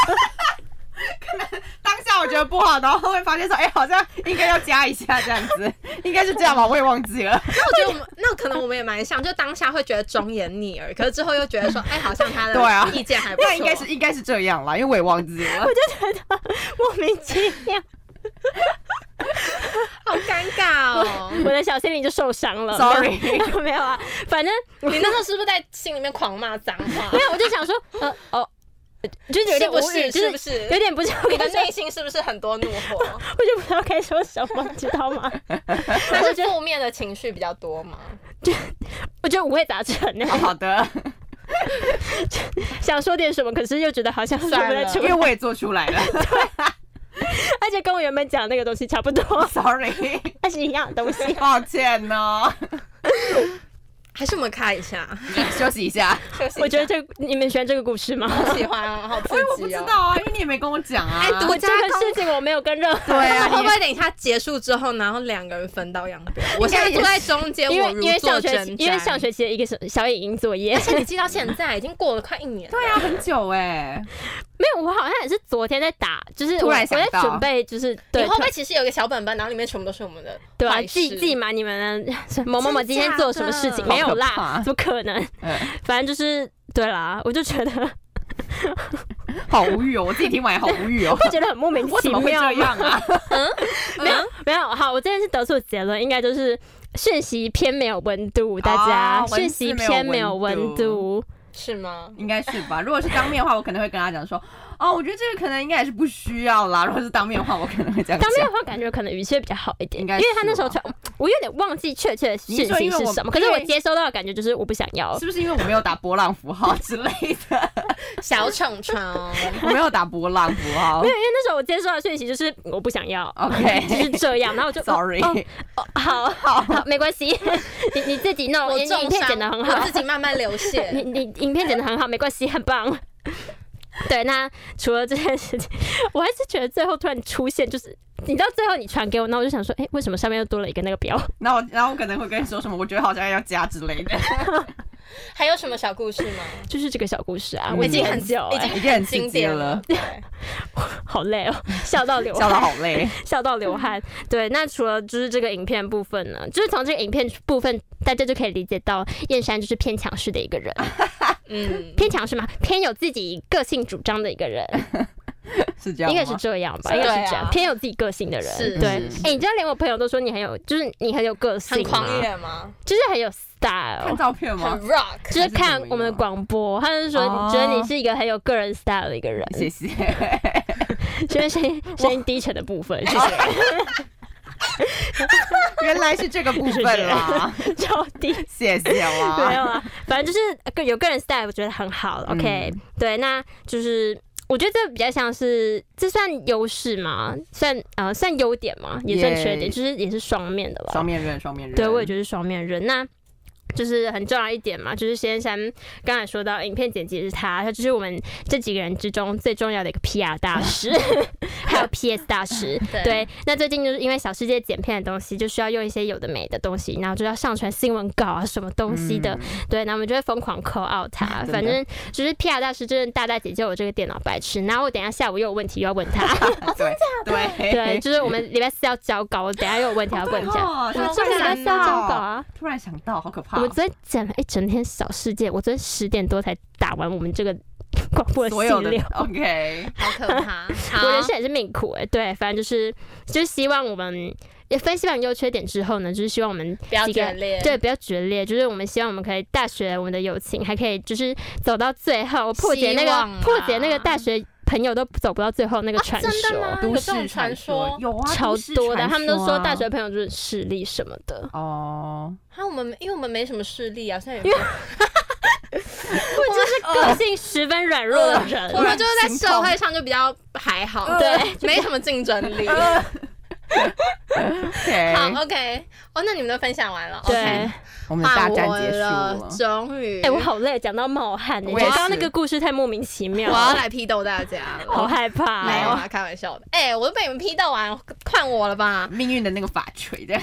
[SPEAKER 2] 当下我觉得不好，然后后面发现说，哎、好像应该要加一下这样子， [LAUGHS] 应该是这样吧，我也忘记了。
[SPEAKER 1] 那我觉得我们，那可能我们也蛮像，就当下会觉得忠言逆耳，可是之后又觉得说，哎，好像他
[SPEAKER 2] 对啊
[SPEAKER 1] 的意见还不错。
[SPEAKER 2] 那应该是应该是这样啦，因为我也忘记了。
[SPEAKER 3] 莫名其妙，
[SPEAKER 1] 好尴尬哦。
[SPEAKER 3] 我的小心灵就受伤了。
[SPEAKER 2] Sorry
[SPEAKER 3] 没有没有啊，反正
[SPEAKER 1] 你那时候是不是在心里面狂骂脏话
[SPEAKER 3] 没？有，我
[SPEAKER 1] [LAUGHS]
[SPEAKER 3] 就想说，呃哦， [LAUGHS] 就是有
[SPEAKER 1] 是
[SPEAKER 3] 点无
[SPEAKER 1] 不
[SPEAKER 3] 语，
[SPEAKER 1] 是？
[SPEAKER 3] 就是
[SPEAKER 1] 不是？
[SPEAKER 3] 有点不知道
[SPEAKER 1] 你
[SPEAKER 3] 该
[SPEAKER 1] 的
[SPEAKER 3] 说，
[SPEAKER 1] 内心是不是很多怒火？
[SPEAKER 3] 我就不知道该说什么，知道吗？
[SPEAKER 1] 但是负面的情绪比较多嘛？
[SPEAKER 3] 我觉得五味杂陈呢，
[SPEAKER 2] 哦好的，
[SPEAKER 3] [LAUGHS] 想说点什么，可是又觉得好像说不
[SPEAKER 1] 算
[SPEAKER 3] 太
[SPEAKER 1] 了
[SPEAKER 3] 出
[SPEAKER 2] 因为我也做出来了
[SPEAKER 3] 而且跟我原本讲的那个东西差不多，
[SPEAKER 2] [LAUGHS] ，sorry，
[SPEAKER 3] 它是一样的东西。
[SPEAKER 2] 抱歉哦。
[SPEAKER 1] 还是我们看一下？
[SPEAKER 2] [LAUGHS] 休息一下，
[SPEAKER 1] 休息一下
[SPEAKER 3] 我觉得这你们喜欢这个故事吗？
[SPEAKER 1] 好喜欢哦，好刺
[SPEAKER 2] 我不
[SPEAKER 1] 激
[SPEAKER 2] 知
[SPEAKER 1] 哦。
[SPEAKER 2] 道啊，因为你也没跟我讲啊。
[SPEAKER 1] 哎我
[SPEAKER 3] 这
[SPEAKER 1] 加
[SPEAKER 3] 个
[SPEAKER 1] 工
[SPEAKER 3] 事情我没有跟任何，
[SPEAKER 2] 对
[SPEAKER 1] 那
[SPEAKER 2] 啊，
[SPEAKER 1] 会
[SPEAKER 2] 你
[SPEAKER 1] 不会等一下结束之后，然后两个人分道扬镳？我
[SPEAKER 2] 应
[SPEAKER 1] 现
[SPEAKER 2] 该
[SPEAKER 1] 在
[SPEAKER 2] 也
[SPEAKER 1] 坐在中间，
[SPEAKER 3] [LAUGHS] 因为
[SPEAKER 1] 我如
[SPEAKER 3] 因为
[SPEAKER 1] 坐
[SPEAKER 3] 上学
[SPEAKER 1] 针
[SPEAKER 3] 期
[SPEAKER 1] 毡。
[SPEAKER 3] 因为上学期的一个小小影音作业
[SPEAKER 1] 而，且你记到现在已经过了快一年了，
[SPEAKER 2] 对啊，很久哎，
[SPEAKER 3] [LAUGHS] 没有，我好像也是昨天在打，就是我
[SPEAKER 2] 突
[SPEAKER 3] 我
[SPEAKER 2] 然
[SPEAKER 3] 在
[SPEAKER 2] 想到
[SPEAKER 3] 准备，就是
[SPEAKER 1] 你
[SPEAKER 3] 对
[SPEAKER 1] 会不
[SPEAKER 3] 突
[SPEAKER 1] 会其实有一个小本本，然后里面全部都是我们的
[SPEAKER 3] 对啊，
[SPEAKER 1] 坏事
[SPEAKER 3] 记记满你们 [LAUGHS] 的某某某今天做了什么事情
[SPEAKER 1] 真
[SPEAKER 2] 的
[SPEAKER 3] 没有
[SPEAKER 2] 好可
[SPEAKER 3] 啦
[SPEAKER 2] 怕，
[SPEAKER 3] 怎么可能？
[SPEAKER 2] 嗯
[SPEAKER 3] 反正就是对啦，我就
[SPEAKER 2] [LAUGHS]
[SPEAKER 3] 觉得
[SPEAKER 2] 好无语哦，我自己听完也好无语 [LAUGHS] 哦。
[SPEAKER 3] 觉得很莫名
[SPEAKER 2] 我
[SPEAKER 3] 其
[SPEAKER 2] 怎么会
[SPEAKER 3] 妙
[SPEAKER 2] 这
[SPEAKER 3] 嘛
[SPEAKER 2] 样啊？
[SPEAKER 1] 嗯
[SPEAKER 3] 没有 [LAUGHS] 没有，好，我这边是得出的结论，应该就是讯息偏没有温度，大家
[SPEAKER 2] 哦
[SPEAKER 3] 讯、
[SPEAKER 2] 文字
[SPEAKER 3] 息偏没有温
[SPEAKER 2] 没有
[SPEAKER 3] 度，
[SPEAKER 1] 是吗？
[SPEAKER 2] 应该是吧。如果是当面的话，我可能会跟他讲说，哦，我觉得这个可能应该也是不需要啦。如果是当面的话，我可能会这样讲
[SPEAKER 3] 当。面的话感觉可能语气会比较好一点，
[SPEAKER 2] 应
[SPEAKER 3] 因
[SPEAKER 2] 该
[SPEAKER 3] 为
[SPEAKER 2] 是
[SPEAKER 3] 他那时候
[SPEAKER 2] 吧
[SPEAKER 3] 传，我有点忘记确切的讯
[SPEAKER 2] 你说
[SPEAKER 3] 息
[SPEAKER 2] 因为
[SPEAKER 3] 是
[SPEAKER 2] 我
[SPEAKER 3] 什么，
[SPEAKER 2] 因
[SPEAKER 3] 可是我
[SPEAKER 2] 为
[SPEAKER 3] 接收到的感觉就是我不想要，
[SPEAKER 2] 是不是因为我没有打波浪符号之类的？
[SPEAKER 1] 小宠宠，
[SPEAKER 2] [LAUGHS]
[SPEAKER 1] [LAUGHS]
[SPEAKER 2] 我没有打波浪符号 [LAUGHS]
[SPEAKER 3] 没有，因为那时候我接收到的讯息就是我不想要。 [LAUGHS] 就
[SPEAKER 2] 哦，OK
[SPEAKER 3] 是。这样，然后我就
[SPEAKER 2] [LAUGHS] Sorry，、
[SPEAKER 3] 哦哦好好好，没关系， [LAUGHS] 你你自己弄，
[SPEAKER 1] 我
[SPEAKER 3] 你你影
[SPEAKER 1] 重
[SPEAKER 3] 片
[SPEAKER 1] 伤
[SPEAKER 3] 剪得很
[SPEAKER 1] 我
[SPEAKER 3] 好
[SPEAKER 1] 自，己慢慢流血。
[SPEAKER 3] [LAUGHS] 你你影片剪得很好，没关系，很棒。 [LAUGHS] 对，那除了这件事情，我还是觉得最后突然出现，就是你到最后你传给我，那我就想说，哎、为什么上面又多了一个那个表？ [LAUGHS]
[SPEAKER 2] 那我然后我可能会跟你说什么，我觉得好像要加之 [LAUGHS] 类的，
[SPEAKER 1] 还有什么小故事吗？
[SPEAKER 3] 就是这个小故事啊，
[SPEAKER 2] 嗯
[SPEAKER 3] 我
[SPEAKER 1] 已经
[SPEAKER 3] 很
[SPEAKER 1] 很
[SPEAKER 3] 久、
[SPEAKER 1] 已
[SPEAKER 3] 哎，
[SPEAKER 1] 经
[SPEAKER 2] 已经很
[SPEAKER 1] 经
[SPEAKER 2] 刺激
[SPEAKER 1] 典
[SPEAKER 2] 了，
[SPEAKER 1] 对
[SPEAKER 3] 好累哦， [LAUGHS] 笑到流
[SPEAKER 2] 笑得
[SPEAKER 3] 汗，
[SPEAKER 2] 好累。
[SPEAKER 3] 笑到流汗。对，那除了就是这个影片部分呢，就是从这个影片部分，大家就可以理解到燕山就是偏强势的一个人，
[SPEAKER 1] 啊嗯，
[SPEAKER 3] 偏强势嘛，偏有自己个性主张的一个人，
[SPEAKER 2] 是这样
[SPEAKER 3] 应
[SPEAKER 2] 吗？
[SPEAKER 3] 该是这样吧，
[SPEAKER 1] 是
[SPEAKER 3] 应该是这
[SPEAKER 1] 对
[SPEAKER 3] 样
[SPEAKER 1] 啊，
[SPEAKER 3] 偏有自己个性的人，
[SPEAKER 1] 是
[SPEAKER 3] 对。
[SPEAKER 2] 嗯
[SPEAKER 3] 哎、你知道连我朋友都说你很有，就是你很有个性，
[SPEAKER 1] 很狂，野
[SPEAKER 3] [LAUGHS]
[SPEAKER 1] 吗？
[SPEAKER 3] 就是很有
[SPEAKER 2] 看
[SPEAKER 3] style。
[SPEAKER 2] 照片吗
[SPEAKER 1] 很？rock，
[SPEAKER 3] 就是看我们
[SPEAKER 2] 啊
[SPEAKER 3] 的广播，他就说
[SPEAKER 2] 哦
[SPEAKER 3] 觉得你是一个很有个人 style 的一个人，
[SPEAKER 2] 谢谢。
[SPEAKER 3] 就是声音声音低沉的部分，谢
[SPEAKER 1] 哦
[SPEAKER 3] 谢，
[SPEAKER 2] [LAUGHS] 原来是这个部分啦，
[SPEAKER 3] 超低，
[SPEAKER 2] 谢谢
[SPEAKER 1] 哦
[SPEAKER 3] 没有
[SPEAKER 2] 啦。
[SPEAKER 3] 啊，反正就是个有个人 style，我觉得很好
[SPEAKER 2] 嗯
[SPEAKER 3] ，OK，对，那就是我觉得这比较像是这算优势吗？算呃算优点吗？也算缺点，
[SPEAKER 2] 也
[SPEAKER 3] 就是也是双面的吧，
[SPEAKER 2] 双面刃，双面刃。
[SPEAKER 3] 对，我也觉得是双面人。那就是很重要一点嘛，就是先山刚才说到，影片剪辑是他，他就是我们这几个人之中最重要的一个 PR
[SPEAKER 2] [LAUGHS]
[SPEAKER 3] 大师，还有 PS 大师。
[SPEAKER 1] 对
[SPEAKER 3] 对，那最近就是因为小世界剪片的东西，就需要用一些有的没的东西，然后就要上传新闻稿啊什么东西的，对，那我们就会疯狂 call out 他，
[SPEAKER 2] 嗯真的
[SPEAKER 3] 反正就是 PR 大师真的大大解救我这个电脑白痴。然后我等一下下午又有问题又要问他，
[SPEAKER 2] 嗯，对 [LAUGHS] 对
[SPEAKER 3] 对，就是我们礼拜四要交稿，我等一下又有问题要问一下。
[SPEAKER 2] 哦
[SPEAKER 3] 我
[SPEAKER 2] 对哦
[SPEAKER 3] 们这个礼拜四要交稿啊。
[SPEAKER 2] 突然想到，好可怕哦！
[SPEAKER 3] 我们昨天剪了一整天小世界，我昨天十点多才打完我们这个广播
[SPEAKER 2] 所
[SPEAKER 3] 系
[SPEAKER 2] 有的
[SPEAKER 3] 列。
[SPEAKER 2] OK，
[SPEAKER 1] 好可怕。好
[SPEAKER 3] 我人生也是命苦哎、对，反正就是就是希望我们也分析完优缺点之后呢，就是希望我们
[SPEAKER 1] 不要
[SPEAKER 3] 几个
[SPEAKER 1] 决裂，
[SPEAKER 3] 对，不要决裂，就是我们希望我们可以大学我们的友情还可以就是走到最后，破解那
[SPEAKER 1] 希望
[SPEAKER 3] 个
[SPEAKER 1] 啦
[SPEAKER 3] 破解那个大学朋友都走不到最后那个
[SPEAKER 1] 啊
[SPEAKER 3] 传
[SPEAKER 1] 真的
[SPEAKER 3] 说，
[SPEAKER 1] 吗有
[SPEAKER 2] 都
[SPEAKER 1] 这种
[SPEAKER 2] 市传
[SPEAKER 1] 传说
[SPEAKER 2] 有啊，
[SPEAKER 3] 超
[SPEAKER 2] 都市
[SPEAKER 3] 多的，
[SPEAKER 2] 传
[SPEAKER 3] 他们都
[SPEAKER 2] 啊
[SPEAKER 3] 说大学朋友就是势力什么的。
[SPEAKER 2] 哦，
[SPEAKER 1] 啊，我们因为我们没什么势力啊，虽然有
[SPEAKER 3] 我就是个性十分软弱的人，
[SPEAKER 1] 我们就是在社会上就比较还好，
[SPEAKER 3] 对，
[SPEAKER 1] 没什么竞争力。
[SPEAKER 2] OK，
[SPEAKER 1] 好，OK，哦，那你们都分享完了，哦
[SPEAKER 3] 对。
[SPEAKER 2] 我
[SPEAKER 1] OK，
[SPEAKER 2] 们的大
[SPEAKER 1] 换
[SPEAKER 2] 战
[SPEAKER 1] 我
[SPEAKER 2] 结束
[SPEAKER 1] 了，终于，
[SPEAKER 3] 哎、我好累，讲到冒汗、欸，
[SPEAKER 2] 我也
[SPEAKER 3] 刚刚那
[SPEAKER 2] 是
[SPEAKER 3] 个故事太莫名其妙
[SPEAKER 1] [LAUGHS] 我要
[SPEAKER 3] 了，
[SPEAKER 1] 来批斗大家了，
[SPEAKER 3] 好害怕、
[SPEAKER 1] 没有啊，开玩笑的。哎、我都被你们批斗完，换我了吧？
[SPEAKER 2] [LAUGHS] [LAUGHS] 命运的那个法锤 [LAUGHS] 的，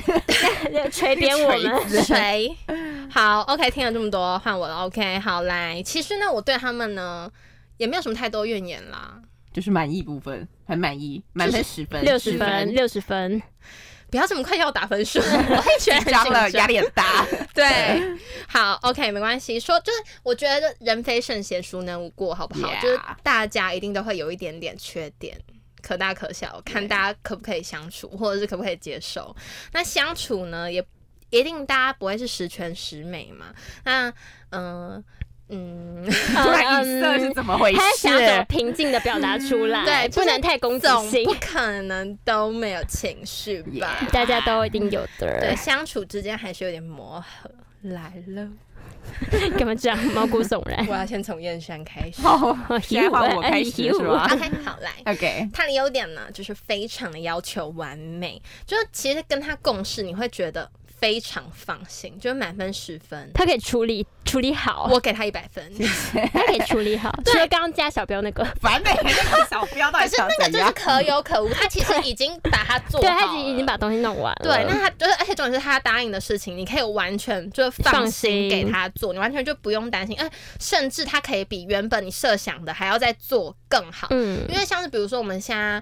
[SPEAKER 3] 有，垂点哎我们，
[SPEAKER 1] 谁？好，OK，听了这么多，换我了。OK，好来，其实呢，我对他们呢也没有什么太多怨言啦。
[SPEAKER 2] [LAUGHS] 就是满意部分，很满意，满分十分，
[SPEAKER 3] 六十分，，六十分，
[SPEAKER 1] 不要这么快要打分
[SPEAKER 2] [LAUGHS]
[SPEAKER 1] 数，我会觉得
[SPEAKER 2] 紧张了
[SPEAKER 1] 很，紧张。
[SPEAKER 2] 压力很大。
[SPEAKER 1] 对，好，OK，没关系。说就是，我觉得人非圣贤，孰能无过，好不好
[SPEAKER 2] Yeah
[SPEAKER 1] 就是大家一定都会有一点点缺点。可大可小，看大家可不可以相处，或者是可不可以接受。那相处呢，也一定大家不会是十全十美嘛。那嗯、嗯，
[SPEAKER 2] [LAUGHS] 突然语塞是怎么回
[SPEAKER 3] 嗯他想要怎么
[SPEAKER 2] 事？
[SPEAKER 3] 平静的表达出来，
[SPEAKER 1] 对就是
[SPEAKER 3] 不能太攻击
[SPEAKER 1] 总
[SPEAKER 3] 性
[SPEAKER 1] 不，可能都没有情绪吧
[SPEAKER 2] Yeah
[SPEAKER 3] 大家都一定有
[SPEAKER 1] 对，
[SPEAKER 3] 的，
[SPEAKER 1] 相处之间还是有点磨合。来了，
[SPEAKER 3] 干嘛这样毛骨悚然？
[SPEAKER 1] 我要先从燕山开始。
[SPEAKER 2] 好，
[SPEAKER 3] 哦
[SPEAKER 2] 现在换我哎开始是吧
[SPEAKER 1] OK，好来。
[SPEAKER 2] ？OK，
[SPEAKER 1] 他的优点呢，就是非常的要求完美，就是其实跟他共事，你会觉得非常放心，就是满分十分，
[SPEAKER 3] 他可以处理处理好，
[SPEAKER 1] 我给他一百
[SPEAKER 3] [LAUGHS]
[SPEAKER 1] 分。
[SPEAKER 3] 他可以处理好。除了刚刚加小标那个，
[SPEAKER 2] 烦美那个小标到
[SPEAKER 1] 可
[SPEAKER 2] 底
[SPEAKER 1] 是
[SPEAKER 2] 想
[SPEAKER 1] 那个
[SPEAKER 2] 怎
[SPEAKER 1] 就是
[SPEAKER 2] 样？
[SPEAKER 1] 可有可无，他其实已经把它做
[SPEAKER 3] 对
[SPEAKER 1] 好了，
[SPEAKER 3] 他已经已经把东西弄完了，
[SPEAKER 1] 对，那他就是，而且重点是他答应的事情，你可以完全就是放
[SPEAKER 3] 放
[SPEAKER 1] 心
[SPEAKER 3] 心
[SPEAKER 1] 给他做，你完全就不用担心，哎，甚至他可以比原本你设想的还要再做更好，
[SPEAKER 3] 嗯，
[SPEAKER 1] 因为像是比如说我们现在。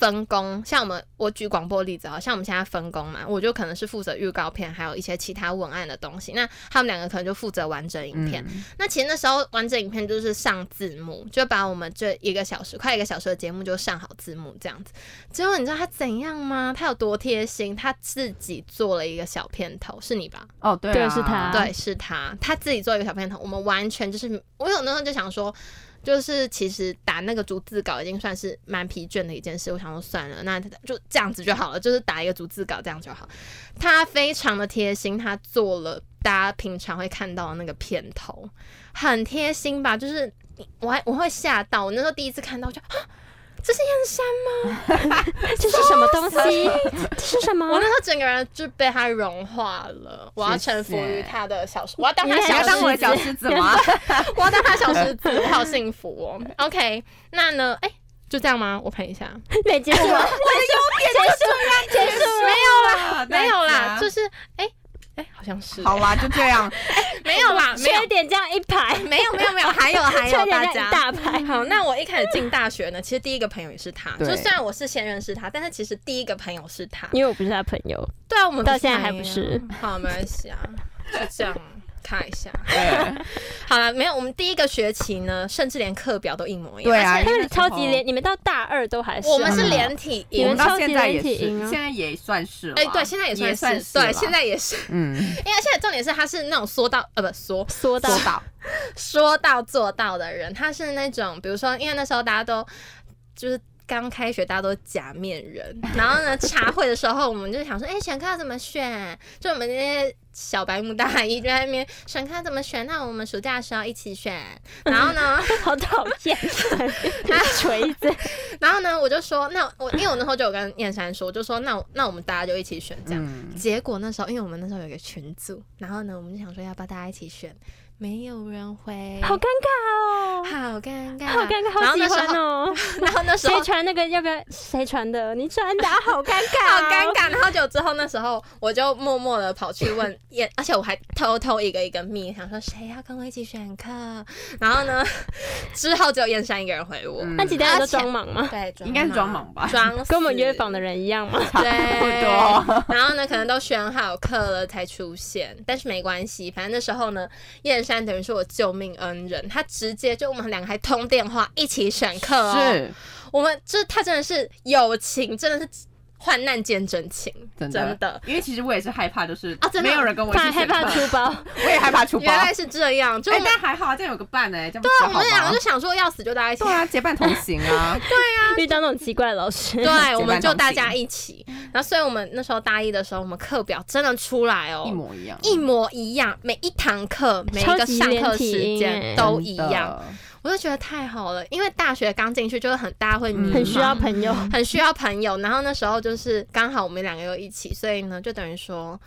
[SPEAKER 1] 分工，像我们我举广播例子啊，像我们现在分工嘛，我就可能是负责预告片，还有一些其他文案的东西。那他们两个可能就负责完整影
[SPEAKER 2] 嗯
[SPEAKER 1] 片。那其实那时候完整影片就是上字幕，就把我们这一个小时快一个小时的节目就上好字幕这样子。结果你知道他怎样吗？他有多贴心，他自己做了一个小片头，是你吧？
[SPEAKER 2] 哦，对
[SPEAKER 3] 对
[SPEAKER 2] 啊
[SPEAKER 3] 是他
[SPEAKER 1] 对，是他，他自己做一个小片头，我们完全就是，我有那时候就想说，就是其实打那个逐字稿已经算是蛮疲倦的一件事，我想说算了，那就这样子就好了，就是打一个逐字稿这样就好。他非常的贴心，他做了大家平常会看到的那个片头，很贴心吧？就是我还我会吓到，我那时候第一次看到我就。啊这是燕山
[SPEAKER 3] 这是什么东
[SPEAKER 1] [LAUGHS]
[SPEAKER 3] 西？这是什
[SPEAKER 1] 吗，我
[SPEAKER 3] 么
[SPEAKER 1] 那？时候整个人就被他融化了，我要
[SPEAKER 2] 谢
[SPEAKER 1] 臣服于
[SPEAKER 2] 谢
[SPEAKER 1] 他的小说，我要当
[SPEAKER 3] 你
[SPEAKER 1] 他
[SPEAKER 3] 也
[SPEAKER 2] 你
[SPEAKER 1] 小
[SPEAKER 2] 要
[SPEAKER 1] 说
[SPEAKER 2] 当我的小狮子吗？
[SPEAKER 1] 我要当他小石子，我好幸福哦。OK，那呢？哎、就这样吗？我看一下，
[SPEAKER 3] 没结束吗？我的优点结束，结束了。
[SPEAKER 2] 没有啦
[SPEAKER 1] 没有
[SPEAKER 2] [LAUGHS]
[SPEAKER 1] 啦，就是哎哎、诶好像是、
[SPEAKER 2] 啊好啦，啊就这样。
[SPEAKER 1] 没有
[SPEAKER 3] [LAUGHS]
[SPEAKER 1] 啦， [LAUGHS] 没有
[SPEAKER 3] 缺，点这样一排，
[SPEAKER 1] 没有，没有，没有， [LAUGHS] 还有，还
[SPEAKER 3] 缺
[SPEAKER 1] 有，
[SPEAKER 3] 点
[SPEAKER 1] 大
[SPEAKER 3] 这样
[SPEAKER 1] 家
[SPEAKER 3] 一。大排。
[SPEAKER 1] 好，那我一开始进大学呢，其实第一个朋友也是他，就
[SPEAKER 2] 对
[SPEAKER 1] 虽然我是先认识他，但是其实第一个朋友是他。
[SPEAKER 3] [LAUGHS] 因为我不是他朋友，
[SPEAKER 1] 对啊，我们
[SPEAKER 3] 到
[SPEAKER 1] 不是
[SPEAKER 3] 现在
[SPEAKER 1] 朋
[SPEAKER 3] 还不
[SPEAKER 1] 友
[SPEAKER 3] 是。
[SPEAKER 1] 好，没关系啊，就这样看一下。
[SPEAKER 2] 对
[SPEAKER 1] 好了，没有，我们第一个学期呢，甚至连课表都一模一样。
[SPEAKER 2] 对啊
[SPEAKER 1] 而
[SPEAKER 3] 他
[SPEAKER 1] 且
[SPEAKER 2] 因为
[SPEAKER 3] 们
[SPEAKER 2] 那时候
[SPEAKER 3] 超级连，你们到大二都还是
[SPEAKER 1] 我们是
[SPEAKER 3] 吗
[SPEAKER 1] 连体
[SPEAKER 3] 你
[SPEAKER 1] 营
[SPEAKER 2] 我
[SPEAKER 3] 们
[SPEAKER 2] 们到现在也
[SPEAKER 3] 超级连体婴
[SPEAKER 2] 是，
[SPEAKER 3] 啊
[SPEAKER 2] 现在也算是啦。
[SPEAKER 1] 哎、对，现在也算
[SPEAKER 2] 也
[SPEAKER 1] 是，
[SPEAKER 2] 算是
[SPEAKER 1] 对，
[SPEAKER 2] 啦
[SPEAKER 1] 现在也是，[LAUGHS]
[SPEAKER 2] 嗯，
[SPEAKER 1] 因为现在重点是他是那种说到呃不 [LAUGHS] 说
[SPEAKER 3] 缩到 [LAUGHS]
[SPEAKER 2] 说到
[SPEAKER 1] 说到做到的人，他是那种比如说，因为那时候大家都就是。刚开学，大家都假面 [LAUGHS] 人。然后呢，茶会的时候，我们就想说，哎、选课要怎么选？就我们这些小白目大一就在那边选课要怎么选？那我们暑假的 [LAUGHS] 时候一起选。然后呢，啊 [LAUGHS]
[SPEAKER 3] 好讨厌，还捶子，
[SPEAKER 1] 然后后呢，我就说，那我因为我那时候就有跟燕山说，我就说那我那我们大家就一起选这样。
[SPEAKER 2] 嗯，
[SPEAKER 1] 结果那时候，因为我们那时候有一个群组，然后呢，我们就想说要不要大家一起选，没有人回，
[SPEAKER 3] 好尴尬哦，
[SPEAKER 1] 好尴尬，
[SPEAKER 3] 好尴尬，
[SPEAKER 1] 啊然
[SPEAKER 3] 好
[SPEAKER 1] 后
[SPEAKER 3] 喜
[SPEAKER 1] 那时
[SPEAKER 3] 欢
[SPEAKER 1] 候，
[SPEAKER 3] [LAUGHS] 哦。
[SPEAKER 1] 然后那时候
[SPEAKER 3] 谁传那个？要不要？谁传的？你传的啊，好尴尬，
[SPEAKER 1] 好尴。尬。然后就之后那时候，我就默默的跑去问燕， [LAUGHS] 而且我还偷偷一个一个密，想说谁要跟我一起选课。然后呢， [LAUGHS] 之后只有燕山一个人回我，
[SPEAKER 2] 嗯
[SPEAKER 3] 那其他人都装忙吗？
[SPEAKER 1] 对，
[SPEAKER 2] 应该是装
[SPEAKER 1] 忙
[SPEAKER 2] 忙吧，
[SPEAKER 1] 装死
[SPEAKER 3] 跟我们约访的人一样吗？
[SPEAKER 1] 对，
[SPEAKER 2] 差 [LAUGHS] 不多。
[SPEAKER 1] [LAUGHS] 然后呢，可能都选好课了才出现，但是没关系，反正那时候呢，燕山等于是我救命恩人，他直接就我们两个还通电话一起选课哦。
[SPEAKER 2] 是
[SPEAKER 1] 我们这他真的是友情，真的是患难见真情，
[SPEAKER 2] 真的
[SPEAKER 1] 真的。
[SPEAKER 2] 因为其实我也是害怕，就是
[SPEAKER 1] 啊真的
[SPEAKER 2] 没有人跟我一
[SPEAKER 3] 怕
[SPEAKER 2] 起
[SPEAKER 3] 害
[SPEAKER 2] 选课
[SPEAKER 3] 怕出包，
[SPEAKER 2] 我也害怕出包。
[SPEAKER 1] 原来是这样，就
[SPEAKER 2] 哎
[SPEAKER 1] 我，们、
[SPEAKER 2] 但还好啊，这样有个伴哎，这样对
[SPEAKER 1] 我们两个就想说要死就大家一起
[SPEAKER 2] 对啊，结伴同行
[SPEAKER 1] [LAUGHS]
[SPEAKER 2] 啊，
[SPEAKER 3] 遇到那种奇怪的老师，
[SPEAKER 1] 对，我
[SPEAKER 2] 结
[SPEAKER 1] 们
[SPEAKER 2] 伴
[SPEAKER 1] 就
[SPEAKER 2] 同
[SPEAKER 1] 大
[SPEAKER 2] 行
[SPEAKER 1] 家一起。然后，所以我们那时候大一的时候，我们课表真的出来哦，
[SPEAKER 2] 一模一样，
[SPEAKER 1] 一模一样，每一堂课、每一
[SPEAKER 3] 超
[SPEAKER 1] 个
[SPEAKER 3] 级
[SPEAKER 1] 上
[SPEAKER 3] 连
[SPEAKER 1] 课
[SPEAKER 3] 体
[SPEAKER 1] 时
[SPEAKER 3] 婴
[SPEAKER 1] 间
[SPEAKER 3] 欸
[SPEAKER 1] 都一
[SPEAKER 2] 真的
[SPEAKER 1] 样，。我就觉得太好了。因为大学刚进去，就是很大家会迷茫，
[SPEAKER 3] 很需要朋友。
[SPEAKER 1] 很需要朋友。然后那时候就是刚好我们两个又一起，所以呢，就等于说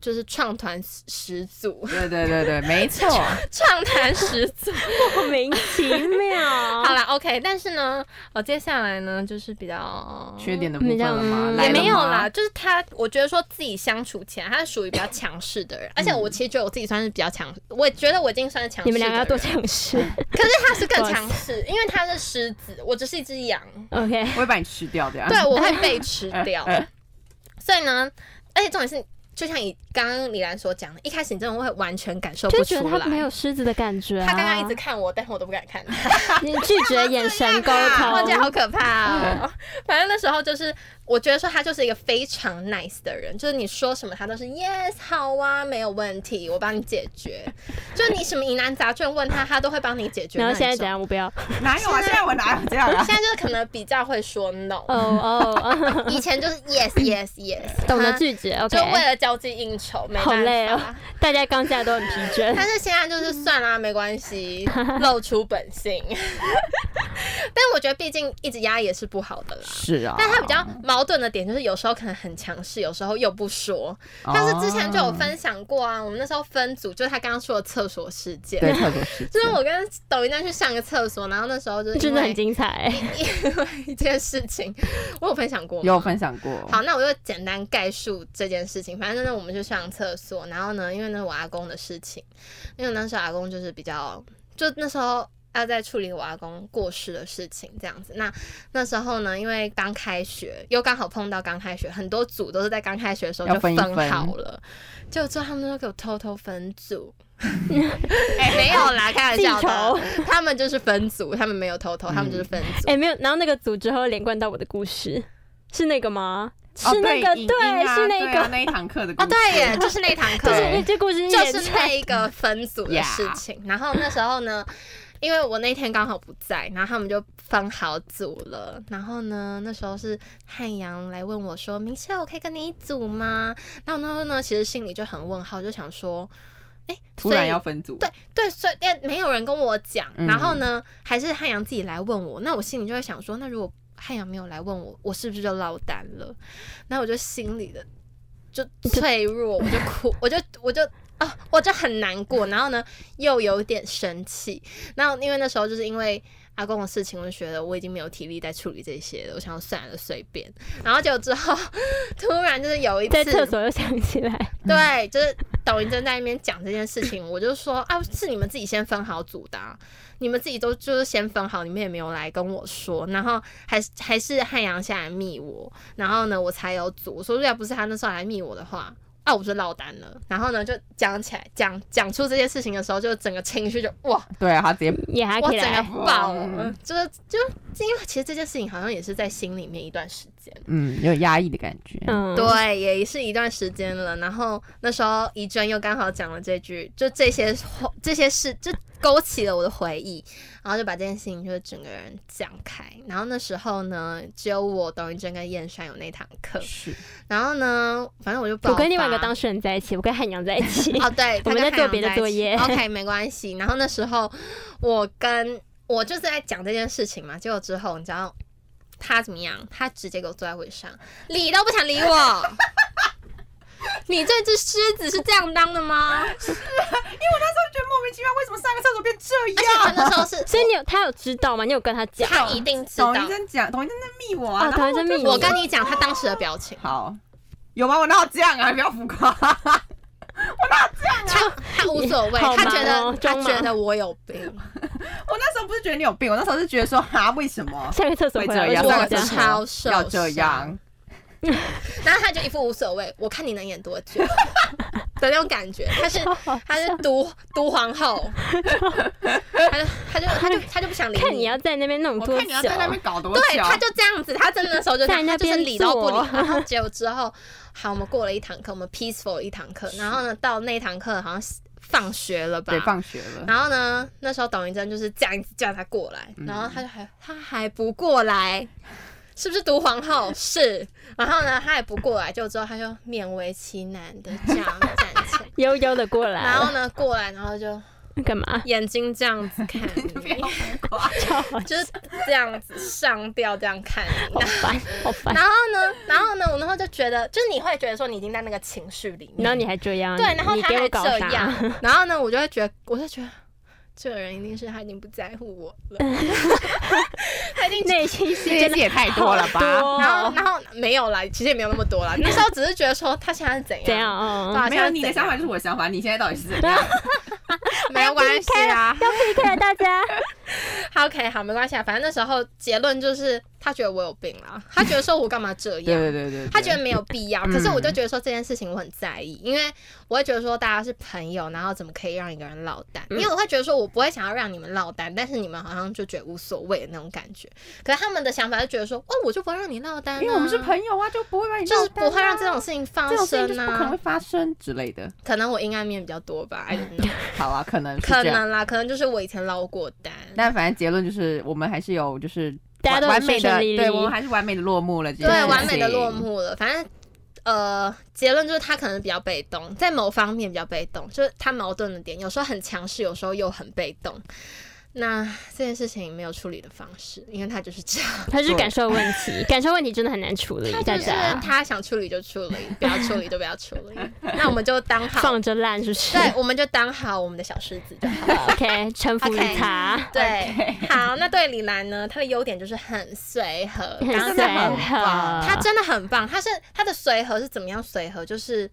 [SPEAKER 1] 就是创团始 [LAUGHS] 祖，
[SPEAKER 2] 对对对对，没
[SPEAKER 1] [LAUGHS]
[SPEAKER 2] 错，
[SPEAKER 1] 创团始祖。
[SPEAKER 3] [LAUGHS] 莫名其妙。
[SPEAKER 1] [LAUGHS] 好啦 o、k 但是呢，我接下来呢就是比较
[SPEAKER 2] 缺点的部分了吗？
[SPEAKER 3] 嗯
[SPEAKER 2] 来
[SPEAKER 1] 也
[SPEAKER 2] 了吗
[SPEAKER 1] 没有啦，，就是他，我觉得说自己相处起来，他是属于比较强势的人，而且我其实觉得我自己算是比较强，我觉得我已经算是强势。
[SPEAKER 3] 你们两个要多，尝试。
[SPEAKER 1] 可是他是更强势，因为他是狮子，我只是一只羊，
[SPEAKER 3] OK，
[SPEAKER 2] 我会把你吃掉的。。
[SPEAKER 1] 对，我会被吃掉
[SPEAKER 2] 呃
[SPEAKER 1] 所以呢，而且重点是，就像你刚刚李兰所讲的，一开始你真的会完全感受
[SPEAKER 3] 就
[SPEAKER 1] 不
[SPEAKER 3] 觉
[SPEAKER 1] 出
[SPEAKER 3] 得他没
[SPEAKER 1] 来。
[SPEAKER 3] 有狮子的感觉、啊。
[SPEAKER 1] 他刚刚一直看我，但是我都不敢看他。
[SPEAKER 3] 你拒绝眼神沟
[SPEAKER 1] 啊 [LAUGHS] 我觉得
[SPEAKER 3] 通，
[SPEAKER 1] 好可怕哦。反正那时候就是，我觉得说他就是一个非常 nice 的人，就是你说什么他都是 yes 好啊，没有问题，我帮你解
[SPEAKER 3] [LAUGHS]
[SPEAKER 1] 决。就是你什么疑难杂症问他，他都会帮你解决那
[SPEAKER 3] 然
[SPEAKER 1] 种。
[SPEAKER 3] 后现在怎样？我不要。
[SPEAKER 2] 哪有啊？现在我哪有这样啊？
[SPEAKER 1] 现在就是可能比较会说
[SPEAKER 3] [LAUGHS]
[SPEAKER 1] no，
[SPEAKER 3] 哦哦，
[SPEAKER 1] 以前就是 yes yes yes，
[SPEAKER 3] 懂得拒绝。OK，
[SPEAKER 1] 就为了交际应酬，没
[SPEAKER 3] 好
[SPEAKER 1] 办
[SPEAKER 3] 累哦
[SPEAKER 1] 法。
[SPEAKER 3] 大家刚下都很疲倦。
[SPEAKER 1] 但是现在就是算啦、没关
[SPEAKER 3] [LAUGHS]
[SPEAKER 1] 系，露出本性。 [LAUGHS] 但我觉得，毕竟一直压抑也是不好的啦。
[SPEAKER 2] 是啊，
[SPEAKER 1] [LAUGHS] 但他比较矛盾的点就是，有时候可能很强势，有时候又不说。
[SPEAKER 2] 啊
[SPEAKER 1] 但是之前就有分享过啊，我们那时候分组，就是他刚刚说的厕所事件，
[SPEAKER 2] 哦对特别是
[SPEAKER 1] 就是我跟抖音丹去上个厕所，然后那时候就是
[SPEAKER 3] 真
[SPEAKER 1] 因
[SPEAKER 3] 的
[SPEAKER 1] 为 [LAUGHS]
[SPEAKER 3] 很精彩、
[SPEAKER 1] 因为一件事情，我有分享过吗
[SPEAKER 2] 有分享过，
[SPEAKER 1] 好，那我就简单概述这件事情。反正呢，我们就上厕所，然后呢，因为那是我阿公的事情，因为那时候阿公就是比较，就那时候要在处理我阿公过世的事情这样子。那那时候呢，因为刚开学，又刚好碰到刚开学，很多组都是在刚开学的时候
[SPEAKER 2] 要
[SPEAKER 1] 就
[SPEAKER 2] 分一分
[SPEAKER 1] 好了，就之后他们都给我偷偷分组。哎、没有啦，开玩笑的。他们就是分组，他们没有偷偷，他们就是分组。
[SPEAKER 3] 哎、没有。然后那个组之后连贯到我的故事，是那个吗？
[SPEAKER 2] 哦
[SPEAKER 3] 是那个，
[SPEAKER 2] 影
[SPEAKER 3] 对，
[SPEAKER 2] 音啊
[SPEAKER 3] 是那
[SPEAKER 2] 对
[SPEAKER 3] 个
[SPEAKER 2] 啊，那一堂课的故
[SPEAKER 1] 哦，
[SPEAKER 2] 事
[SPEAKER 1] 对耶，就是那堂
[SPEAKER 2] [LAUGHS]
[SPEAKER 1] 课，
[SPEAKER 3] 就是因为这故事
[SPEAKER 1] 就
[SPEAKER 3] 也
[SPEAKER 1] 是那一个分组的事情。然后那时候呢，因为我那天刚好不在，然后他们就分好组了。然后呢，那时候是汉阳来问我说：“明秀，我可以跟你一组吗？”然后那时候呢，其实心里就很问号，就想说。哎、
[SPEAKER 2] 突
[SPEAKER 1] 所
[SPEAKER 2] 然
[SPEAKER 1] 以
[SPEAKER 2] 要分组，
[SPEAKER 1] 对对，所以但没有人跟我讲，
[SPEAKER 2] 嗯
[SPEAKER 1] 然后呢，还是汉阳自己来问我，那我心里就会想说，那如果汉阳没有来问我，我是不是就落单了？那我就心里的就脆
[SPEAKER 3] [LAUGHS]
[SPEAKER 1] 弱，我就哭，我就我就啊，我就很难过，然后呢，又有点生气，然后因为那时候就是因为。阿公的事情，我就觉得我已经没有体力在处理这些了。我想说算了，随便。然后结果之后， [LAUGHS] 突然就是有一次
[SPEAKER 3] 在厕所又想起来，
[SPEAKER 1] 对，就是抖音正在那边讲这件事情，我就说啊，是你们自己先分好组的、啊，你们自己都就是先分好，你们也没有来跟我说，然后还是还是汉阳下来密我，然后呢我才有组，我说要不是他那时候来密我的话。啊，我就落单了。然后呢，就讲起来，讲讲出这件事情的时候，就整个情绪就哇，
[SPEAKER 2] 对啊，他直接
[SPEAKER 3] 也还
[SPEAKER 1] 我
[SPEAKER 3] 可以
[SPEAKER 1] 整个
[SPEAKER 3] 来。
[SPEAKER 1] 爆了
[SPEAKER 2] 嗯，
[SPEAKER 1] 就是就因为其实这件事情好像也是在心里面一段时间。
[SPEAKER 2] 嗯有压抑的感觉，
[SPEAKER 3] 嗯，
[SPEAKER 1] 对，也是一段时间了。然后那时候怡娟又刚好讲了这句，就这些话，这些事，就勾起了我的回忆，然后就把这件事情就是整个人讲开。然后那时候呢，只有我董宇娟跟燕山有那堂课。
[SPEAKER 2] 是
[SPEAKER 1] 然后呢，反正我就爆
[SPEAKER 3] 我跟另外一个
[SPEAKER 1] 发
[SPEAKER 3] 当事人在一起，我跟汉阳在一起。
[SPEAKER 1] [LAUGHS] 哦，对，
[SPEAKER 3] 我们
[SPEAKER 1] 他跟
[SPEAKER 3] 在做
[SPEAKER 1] 海洋
[SPEAKER 3] 别的
[SPEAKER 1] 在一
[SPEAKER 3] 作
[SPEAKER 1] 起
[SPEAKER 3] 业
[SPEAKER 1] OK，没关系。然后那时候我跟我就是在讲这件事情嘛，结果之后你知道他怎么样？他直接给我坐在位上，理都不想理我。 [LAUGHS] 你这只狮子是这样当的吗？
[SPEAKER 2] 觉得莫名其妙，为什么上个厕所变
[SPEAKER 1] 而且他
[SPEAKER 2] 这样？
[SPEAKER 1] 那时候是，
[SPEAKER 3] 所以你有他有知道吗？你有跟他讲吗？
[SPEAKER 1] 他一定知道
[SPEAKER 2] 董。医生讲，董医生在密我啊。
[SPEAKER 3] 哦，
[SPEAKER 2] 然后
[SPEAKER 3] 同学生命，
[SPEAKER 1] 我跟你讲，他当时的表情，
[SPEAKER 2] 好，有吗？我哪有这样啊？不要浮夸。 [LAUGHS]
[SPEAKER 1] 他他无所谓，
[SPEAKER 3] 好
[SPEAKER 1] 他
[SPEAKER 3] 忙
[SPEAKER 1] 觉
[SPEAKER 3] 哦
[SPEAKER 1] 得他
[SPEAKER 3] 中忙
[SPEAKER 1] 觉得我有病，
[SPEAKER 2] 我那时候不是觉得你有病，我那时候是觉得说，哈，为什么
[SPEAKER 3] 下个厕所回来
[SPEAKER 2] 会这
[SPEAKER 3] 我
[SPEAKER 2] 样
[SPEAKER 3] 就
[SPEAKER 1] 我
[SPEAKER 3] 这样
[SPEAKER 2] 上，
[SPEAKER 1] 超受
[SPEAKER 2] 要这
[SPEAKER 1] 伤
[SPEAKER 2] 样？
[SPEAKER 1] 然后他就一副无所谓，我看你能演多久 [LAUGHS] 的那种感觉。他是他是毒毒皇后，他就他就
[SPEAKER 3] [LAUGHS]
[SPEAKER 1] 他就他就不想理
[SPEAKER 3] 看你要在那边弄
[SPEAKER 2] 我
[SPEAKER 3] 多
[SPEAKER 2] 看你
[SPEAKER 3] 久
[SPEAKER 2] 要。在那边搞多久？
[SPEAKER 1] 对，他
[SPEAKER 2] [LAUGHS]
[SPEAKER 1] 就这样子，他真的那时候就这样
[SPEAKER 3] 在那
[SPEAKER 1] 他就是
[SPEAKER 3] 边
[SPEAKER 1] 理都不理
[SPEAKER 3] 坐。
[SPEAKER 1] 然后结果之后，好，我们过了一堂课，我们 peaceful 了一堂课，然后呢，到那一堂课好像是放学了吧
[SPEAKER 2] 对，？放学了。
[SPEAKER 1] 然后呢，那时候董云珍就是这样一直叫他过来，然后他就还他还不过来，是不是毒皇后？ [LAUGHS] 是。然后呢，他也不过来，就之后他就勉为其难的这样站起来，
[SPEAKER 3] [LAUGHS] 悠悠的过来
[SPEAKER 1] 然后
[SPEAKER 3] 了，
[SPEAKER 1] 呢过来，然后就
[SPEAKER 3] 干嘛？
[SPEAKER 1] 眼睛这样子看
[SPEAKER 2] [LAUGHS]
[SPEAKER 1] 你，
[SPEAKER 2] 浮夸，
[SPEAKER 1] 就是这样子上吊这样看你。
[SPEAKER 3] 好烦，好烦。
[SPEAKER 1] 然后呢，然后呢，我那时候就觉得，就是你会觉得说你已经在那个情绪里面，
[SPEAKER 3] 然后你还这样，
[SPEAKER 1] 对，然后
[SPEAKER 3] 你
[SPEAKER 1] 他
[SPEAKER 3] 给我
[SPEAKER 1] 还
[SPEAKER 3] 搞
[SPEAKER 1] 这
[SPEAKER 3] 啥？ [LAUGHS]
[SPEAKER 1] 样，然后呢，我就会觉得，我就觉得这个人一定是他已经不在乎我
[SPEAKER 3] [LAUGHS]
[SPEAKER 1] 了，他已经。
[SPEAKER 3] 内 [LAUGHS] 心戏
[SPEAKER 2] 这些
[SPEAKER 3] 真的
[SPEAKER 2] 也太多了吧？
[SPEAKER 1] 然后，然后没有啦，其实也没有那么多啦。那时候只是觉得说他现在是怎样，
[SPEAKER 3] [LAUGHS] 怎样？
[SPEAKER 1] 对
[SPEAKER 3] 嗯，
[SPEAKER 1] 啊，
[SPEAKER 2] [LAUGHS]
[SPEAKER 1] 现
[SPEAKER 2] 没
[SPEAKER 1] 在
[SPEAKER 2] 有啊
[SPEAKER 1] 是
[SPEAKER 2] 你的
[SPEAKER 1] 怎
[SPEAKER 2] 想
[SPEAKER 1] 样
[SPEAKER 2] 法就是我的想法，你现在到底是怎样？
[SPEAKER 3] 哎
[SPEAKER 1] 没有关系啊。
[SPEAKER 3] 要避开了大家。
[SPEAKER 1] 好 OK，好，没关系啊。反正那时候结论就是他觉得我有病啦，他觉得说我干嘛这
[SPEAKER 3] [LAUGHS]
[SPEAKER 1] 样，
[SPEAKER 2] 对对
[SPEAKER 1] 他觉得没有必要。
[SPEAKER 2] 嗯
[SPEAKER 1] 可是我就觉得说这件事情我很在意，因为我会觉得说大家是朋友，然后怎么可以让一个人落单？
[SPEAKER 2] 嗯
[SPEAKER 1] 因为我会觉得说我不会想要让你们落单，但是你们好像就觉得无所谓的那种感觉。可是他们的想法就觉得说，哦，我就不会让你落单、啊，
[SPEAKER 2] 因为我们是朋友啊，就不会把你
[SPEAKER 1] 就是
[SPEAKER 2] 落单啊
[SPEAKER 1] 不会让这种事情发
[SPEAKER 2] 这种事情就
[SPEAKER 1] 生
[SPEAKER 2] 是不可能
[SPEAKER 1] 啊
[SPEAKER 2] 会。发生之类的。
[SPEAKER 1] 可能我阴暗面比较多吧，I
[SPEAKER 2] [LAUGHS]
[SPEAKER 1] don't know，
[SPEAKER 2] 好啊，可能是
[SPEAKER 1] 可
[SPEAKER 2] 这样。
[SPEAKER 1] 能啦，可能就是我以前捞过单。
[SPEAKER 2] 但反正结论就是，我们还是有就是
[SPEAKER 3] 大家都
[SPEAKER 2] 完
[SPEAKER 3] 很
[SPEAKER 2] 完美
[SPEAKER 3] 顺
[SPEAKER 2] 的，
[SPEAKER 3] 顺利利
[SPEAKER 2] 对我们还是完美的落幕了。这件
[SPEAKER 1] 对，
[SPEAKER 2] 事
[SPEAKER 1] 完美的落
[SPEAKER 2] 情。
[SPEAKER 1] 幕了。反正呃，结论就是他可能比较被动，在某方面比较被动，就是他矛盾的点，有时候很强势，有时候又很被动。那这件事情没有处理的方式，因为他就是
[SPEAKER 3] [LAUGHS]
[SPEAKER 1] 这样，
[SPEAKER 3] 他就是感受问题，感受问题真的很难处理，大
[SPEAKER 1] 就是
[SPEAKER 3] 家
[SPEAKER 1] 他想处理就处理，不要处理就不要处
[SPEAKER 3] [LAUGHS]
[SPEAKER 1] 理。那我们就当好
[SPEAKER 3] 放，着烂是不是？
[SPEAKER 1] 对，我们就当好我们的小狮子
[SPEAKER 3] [LAUGHS]
[SPEAKER 1] 就好。
[SPEAKER 3] ，OK，
[SPEAKER 1] [LAUGHS]
[SPEAKER 3] 臣服于
[SPEAKER 1] OK
[SPEAKER 3] 他，
[SPEAKER 1] 对，好，那对李兰呢，她的优点就是很随和，
[SPEAKER 3] 很
[SPEAKER 1] 然后
[SPEAKER 2] 真
[SPEAKER 3] 随
[SPEAKER 2] 的
[SPEAKER 1] 她
[SPEAKER 2] 很
[SPEAKER 3] 和
[SPEAKER 2] 棒。
[SPEAKER 1] 他真的很棒，他是他的随和是怎么样随和？就是，